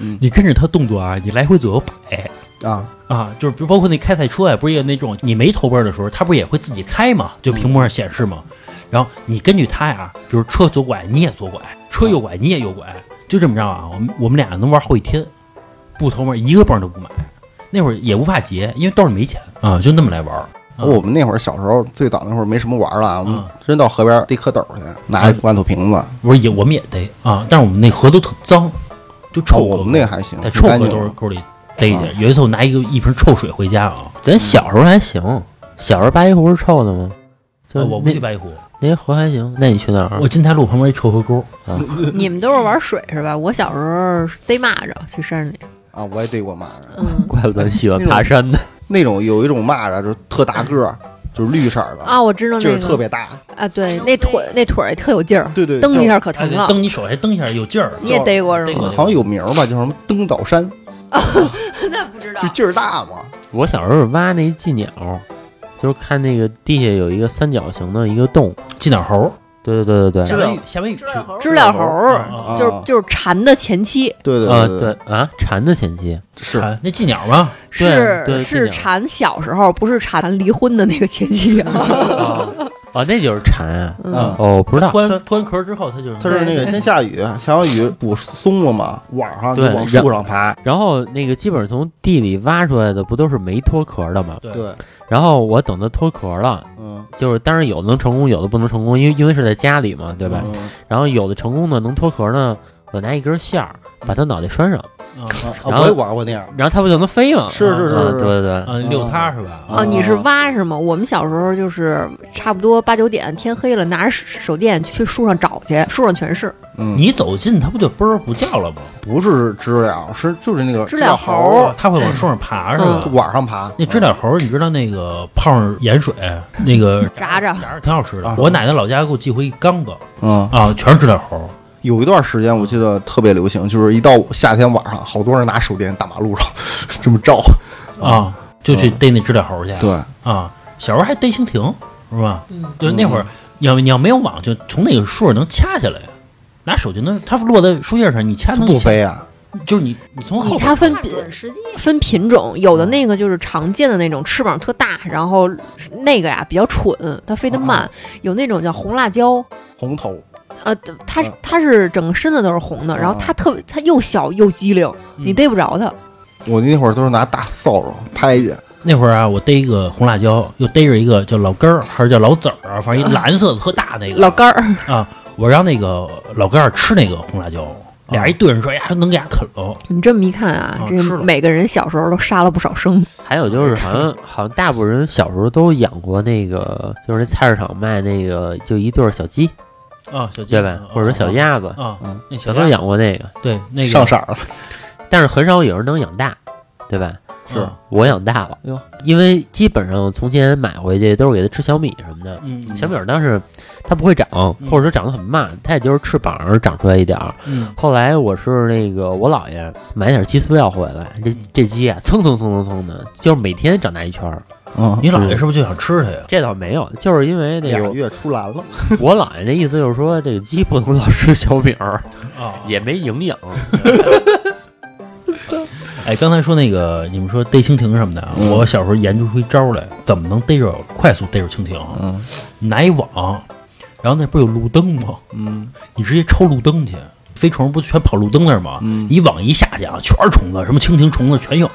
B: 嗯
A: 你跟着他动作啊，你来回左右摆。
B: 啊，
A: 啊，就是比如包括那开赛车呀、啊不是也有那种你没投奔的时候，它不是也会自己开嘛？就屏幕上显示嘛。然后你根据它呀，比如车左拐你也左拐，车右拐你也右拐，就这么着啊。我们我们俩能玩好几天，不投奔一个泵都不买。那会儿也不怕劫，因为兜里没钱啊，就那么来玩儿。啊
B: 我们那会儿小时候最早那会儿没什么玩儿了啊，我们
A: 啊
B: 真到河边儿逮蝌蚪去，拿一罐头瓶子，
A: 我说也我们也逮啊，但是我们那河都特脏，就
B: 哦
A: 臭
B: 我
A: 河
B: 们那还行，
A: 在
B: 挺
A: 臭
B: 干
A: 河
B: 净啊
A: 兜
B: 的
A: 沟里逮去。有一次我拿一个一瓶臭水回家啊，
C: 咱小时候还行，小时候八一湖是臭的吗？就
A: 呃我不
C: 那
A: 去白湖，
C: 那河还行，那你去哪儿
A: 我？金台路旁边一臭河沟。
D: 你们都是玩水是吧？我小时候逮蚂蚱去山里，
B: 啊，我也对过蚂蚱。
D: 嗯
C: 怪不得你 喜欢爬山呢。
B: 那种有一种蚂蚱，就是特大个儿，就是绿色儿的，
D: 啊，我知道
B: 就
D: 那
B: 是特
D: 个
B: 别大。
D: 啊，对，那腿那腿儿特有劲儿，
B: 对对，
D: 蹬一
B: 叫，
D: 下可
A: 哎
D: 疼啊
A: 对
D: 了。
A: 蹬你手还蹬一下有劲儿，
D: 你也逮过是
A: 逮过
D: 吗？
B: 好像有名儿吧，叫什么登岛山，
D: 那不知道
B: 就劲儿大嘛。
C: 我小时候挖那寄鸟，就是看那个地下有一个三角形的一个洞，
A: 进点猴儿，
C: 对对对对
A: 夏
C: 对，
A: 威夷，夏威夷去
E: 知了猴儿
D: 知了猴儿，
A: 啊，
B: 啊
D: 就是就是蝉的前妻，
B: 对对
C: 呃
B: 对
C: 对啊，蝉的前妻，
B: 是
A: 蝉啊那寄鸟嘛，
C: 对对
D: 是
C: 这
D: 是
C: 两个
D: 蝉小时候，不是蝉离婚的那个前妻啊。
C: 哦，哦那就是蝉啊，
B: 嗯
D: 嗯，
C: 哦，不知道，
A: 关关壳之后它就是
B: 它是那个先下雨，下完雨补松了嘛，晚上就
C: 对
B: 往
C: 然
B: 树上爬。
C: 然后那个基本上从地里挖出来的不都是没脱壳的吗？
A: 对
B: 对，
C: 然后我等它脱壳了，
B: 嗯，
C: 就是当然有的能成功，有的不能成功，因为因为是在家里嘛，对吧？
B: 嗯？
C: 然后有的成功的能脱壳呢，我拿一根线儿把它脑袋拴上，
A: 啊
B: 啊啊
C: 然后
B: 我也玩过那样。
C: 然后它不就能飞吗？
B: 是是是
C: 啊
B: 是
C: 对对对，
A: 啊，遛它是吧？
D: 哦，你是挖是吗？我们小时候就是差不多八九点天黑了，拿着手手电去树上找去，树上全是。
B: 嗯，
A: 你走近它不就啵儿不叫了吗？
B: 不是知了，是就是那个
D: 知
B: 了
D: 了
B: 猴
D: 猴
B: 儿
D: 儿
A: 它会往树上爬是
B: 就
D: 嗯
A: 吧？
B: 晚上爬。
A: 那知了猴儿，你知道那个泡上盐水，那个
D: 炸着
A: 炸着挺好吃
B: 啊
A: 的。我奶奶老家给我寄回一缸子
B: 嗯，
A: 啊，全是知了猴儿。
B: 有一段时间我记得特别流行，就是一到夏天晚上，好多人拿手电打马路上 这么照。
A: 啊，就去逮那知了猴去。
B: 对，
A: 啊，小时候还逮蜻蜓，是吧？
E: 嗯，
A: 对，
B: 嗯
A: 那会儿你要你要没有网，就从那个树上能掐下来，拿手就能，它落在树叶上，你掐
B: 它
A: 能
B: 不
A: 掐，
B: 飞啊。
A: 就是你你从后
D: 你
A: 边
D: 它分
E: 看准时机，
D: 分品种，有的那个就是常见的那种，翅膀特大，然后那个呀比较蠢，它飞得慢。有那种叫红辣椒，
B: 红头，
D: 呃，它
B: 嗯
D: 它是整个身子都是红的，然后它特别它又小又机灵，
A: 嗯
D: 你逮不着它。
B: 我那会儿都是拿大扫帚拍去。
A: 那会儿啊，我逮一个红辣椒，又逮着一个叫老根儿还是叫老籽儿啊，反正一蓝色的特大那个
D: 老干儿，
A: 我让那个老干儿吃那个红辣椒，俩人一对着说，呀，能给它啃了。
D: 你这么一看啊
A: 啊，
D: 这
A: 吃了
D: 每个人小时候都杀了不少生。
C: 还有就是，好像好像大部分人小时候都养过那个，就是那菜市场卖那个，就一对儿小鸡，
A: 啊，小鸡
C: 对吧？或者小鸭子，
A: 啊
B: 嗯，
A: 那小
C: 全都
A: 鸭
C: 养过那个，
A: 对那个
B: 上色儿了，
C: 但是很少有人能养大，对吧？
B: 是
A: 嗯
C: 我养大了
B: 哟，
C: 因为基本上从前买回去都是给它吃小米什么的。
A: 嗯，
C: 小米儿当时它不会长，
A: 嗯
C: 或者说长得很慢，它也就是翅膀长出来一点儿。
A: 嗯
C: 后来我是那个我姥爷买点鸡饲料回来，这
A: 嗯
C: 这鸡啊蹭蹭蹭蹭蹭的，就是每天长大一圈儿。
B: 嗯，
A: 你姥爷是不是就想吃它呀？
C: 这倒没有，就是因为那
B: 俩
C: 个
B: 月出栏了。
C: 我姥爷的意思就是说，这个鸡不能老吃小米儿，
A: 啊，
C: 也没营养。
A: 哎，刚才说那个，你们说逮蜻蜓什么的啊，
B: 嗯
A: 我小时候研究出一招来，怎么能逮着快速逮着蜻蜓？
B: 嗯
A: 拿一网，然后那不是有路灯吗？
B: 嗯
A: 你直接抽路灯去，飞虫不全跑路灯那儿吗？
B: 嗯，
A: 你网一下去啊，全是虫子，什么蜻蜓、虫子全有。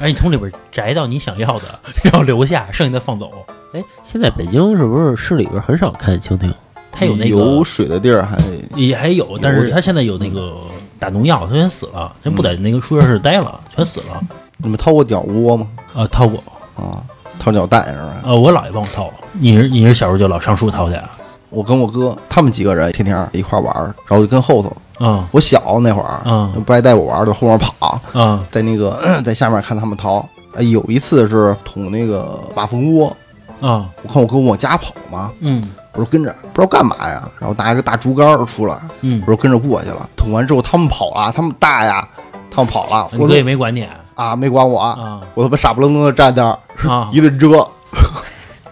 A: 哎，你从里边摘到你想要的，然后留下，剩下的放走。
C: 哎，现在北京是不是市里边很少看蜻蜓？
A: 它有那
B: 有
A: 个
B: 水的地儿还得
A: 也还有，嗯但
B: 有
A: 是
B: 点
A: 它现在有那个打农药，它全死了，全不在那个树叶室待了，全死了。
B: 你们掏过鸟窝吗？
A: 啊，掏过，
B: 啊，掏鸟蛋是吧？
A: 呃，我姥爷帮我掏。你是你是小时候就老上树掏去啊？
B: 我跟我哥他们几个人天天一块玩儿，然后就跟后头。
A: 啊
B: 我小那会儿，
A: 啊
B: 不爱带我玩儿，就后面跑，
A: 啊
B: 在那个 咳在下面看他们掏。哎，有一次是捅那个瓦蜂窝，
A: 啊！
B: 我看我哥往家跑嘛，
A: 嗯
B: 我说跟着，不知道干嘛呀，然后拿一个大竹竿儿出来，
A: 嗯
B: 我，说跟着过去了。捅完之后他们跑了，他们大呀，他们跑了，
A: 你
B: 我
A: 哥也
B: 说
A: 没管你啊
B: 啊没管我，
A: 啊
B: 我他妈傻不愣登的站那儿
A: 啊！
B: 一顿遮，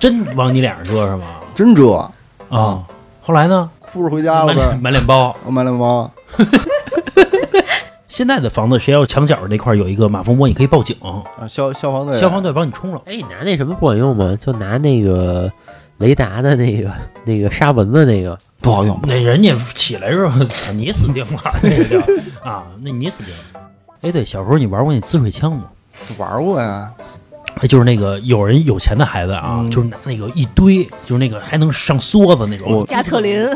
A: 真往你脸上遮是吗？
B: 真遮，
A: 啊，后来呢？
B: 哭着回家了
A: 买
B: 呗。
A: 买脸包。
B: 我买了猫，
A: 现在的房子，谁要墙角那块有一个马蜂窝，你可以报警，
B: 啊，消消防队，
A: 消防队帮你冲了。
C: 哎，你拿那什么不管用吗？就拿那个雷达的那个那个杀蚊子那个，
B: 不好用，
A: 那人家起来之后，操你死定了，那个叫啊，那你死定了。哎，对，小时候你玩过那滋水枪吗？
B: 玩过呀，
A: 哎，就是那个有人有钱的孩子啊，
B: 嗯
A: 就是拿那个一堆，就是那个还能上梭子那种
B: 我
D: 加特林，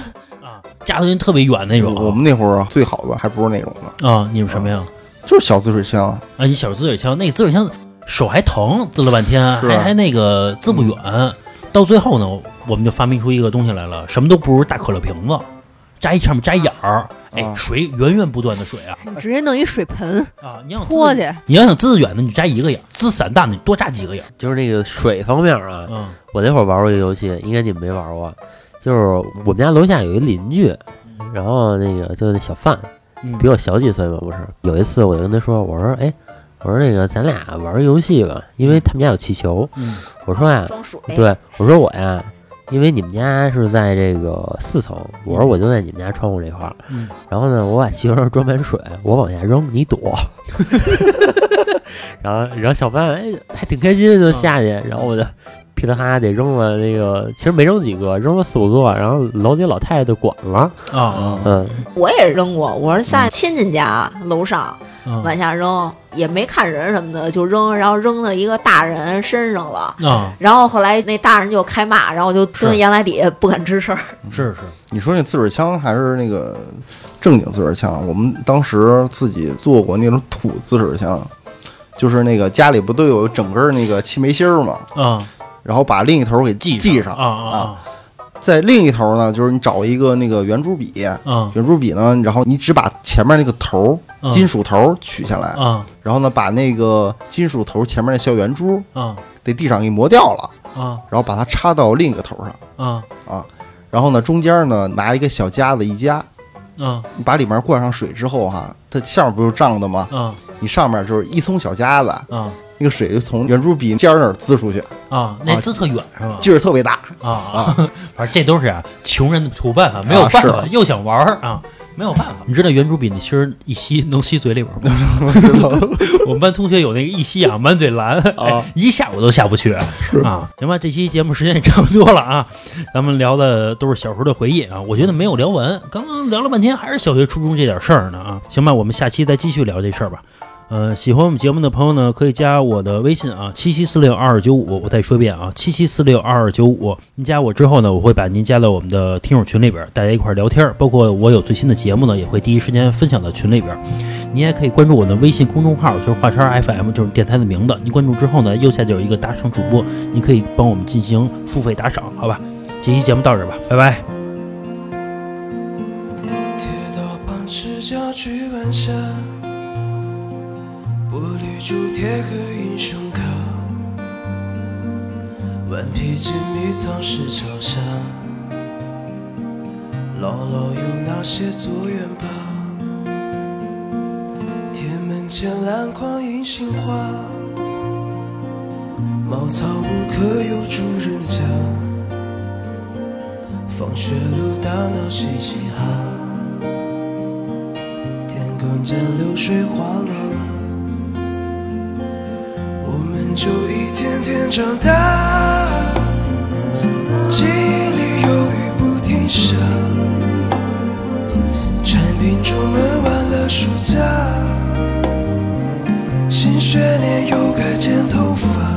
A: 啊，加特林特别远那种
B: 我我们那会儿最好的还不是那种呢，
A: 啊。你们什么呀？
B: 就是小滋水枪，
A: 啊，你小滋水枪，那个滋水枪手还疼，滋了半天，
B: 是嗯
A: 还还那个滋不远。到最后呢，我们就发明出一个东西来了，什么都不如大可乐瓶子，扎一上面扎一眼儿，哎，
B: 啊
A: 水源源不断的水啊
D: 你嗯直接弄一水盆
A: 啊！你想滋
D: 泼，去，
A: 你要想滋得远的，你扎一个眼儿；滋散弹的，你多扎几个眼儿。
C: 就是那个水方面啊。
A: 嗯
C: 我那会儿玩过一个游戏，应该你们没玩过，就是我们家楼下有一邻居，然后那个就是那小范，
A: 嗯，
C: 比我小几岁吧，不是。有一次我就跟他说，我说，哎，我说那个咱俩嗯玩儿游戏吧，因为他们家有气球，
A: 嗯
C: 我说呀、啊
E: 装水，
C: 对，我说我呀，
F: 因为你们家是在这个四层，我说我就在你们家窗户这块儿，
C: 嗯
F: 然后呢，我把汽油装满水，我往下扔，你躲。然后，然后小范哎还挺开心，就下去，然后我就噼里啪啦得扔了那个，其实没扔几个，扔了四五个，然后楼里老太太就管了，
A: 啊
F: 嗯，
E: 我也扔过，我是在亲戚家楼上
A: 啊
E: 往下扔，也没看人什么的就扔，然后扔到一个大人身上了。
A: 啊！
E: 然后后来那大人就开骂，然后我就蹲
A: 是
E: 阳台底下不敢吱声儿。
A: 是是，
B: 你说那自个儿枪还是那个正经自个儿枪？我们当时自己做过那种土自个儿枪，就是那个家里不都有整根儿那个气煤芯儿嘛，
A: 啊，
B: 然后把另一头给系
A: 系
B: 上，
A: 啊啊
B: 在另一头呢，就是你找一个那个圆珠笔，
A: 啊
B: 圆珠笔呢，然后你只把前面那个头
A: 啊！
B: 儿金属头儿取下来，
A: 啊
B: 然后呢把那个金属头儿前面那小圆珠
A: 啊
B: 得地上给磨掉了，
A: 啊
B: 然后把它插到另一个头上，
A: 啊
B: 然后呢中间呢拿一个小夹子一夹，
A: 啊
B: 你把里面灌上水之后哈、它下面不是胀的吗？
A: 啊
B: 你上面就是一松小夹子，
A: 啊
B: 那个水就从圆珠笔尖儿那儿滋出去，
A: 啊！那字特远是吧？
B: 劲儿特别大。
A: 啊啊！ 反正这都是啊，穷人的土办法，没有
B: 啊
A: 办
B: 是
A: 法，又想玩儿啊，没有办法。你知道圆珠笔那芯儿一吸能吸嘴里边儿吗？ 我们班同学有那个一吸啊，满嘴蓝，哎一下午都下不去啊。行吧，这期节目时间也差不多了啊，咱们聊的都是小时候的回忆啊，我觉得没有聊完，刚刚聊了半天还是小学、初中这点事儿呢啊。行吧，我们下期再继续聊这事儿吧。呃，喜欢我们节目的朋友呢，可以加我的微信啊，七七四六二二九五。我再说一遍啊，七七四六二二九五。您加我之后呢，我会把您加到我们的听友群里边儿，大家一块儿聊天儿。包括我有最新的节目呢，也会第一时间分享到群里边儿。您也可以关注我的微信公众号，就是华叉 FM，就是电台的名字。您关注之后呢，右下角有一个打赏主播，您可以帮我们进行付费打赏，好吧？这期节目到这儿吧，拜拜。
G: 铁道旁是郊区晚霞，玻璃珠铁和英雄卡，顽皮筋迷藏石桥下，姥姥有那些作业本。铁门前篮筐银杏花，茅草屋可有住人家？放学路打闹嘻嘻哈，天空间流水哗啦啦，我们就一天天长大，记忆里犹豫不停下，产品出门玩了暑假，新学年又该剪头发。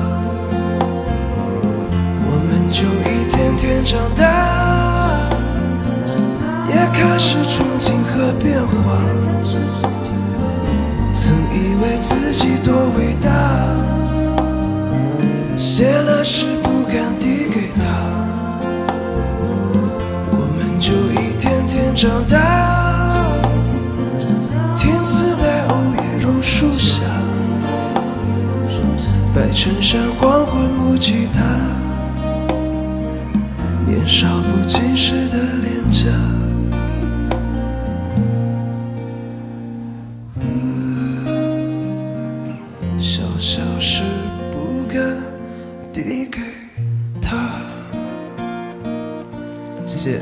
G: 我们就一天天长大，也开始憧憬和变化。曾以为自己多伟大，写了诗不敢递给他。我们就一天天长大，听磁带偶夜榕树下，白衬衫黄昏木吉他。年少不经事的脸颊。嗯小小事不敢递给他。谢谢。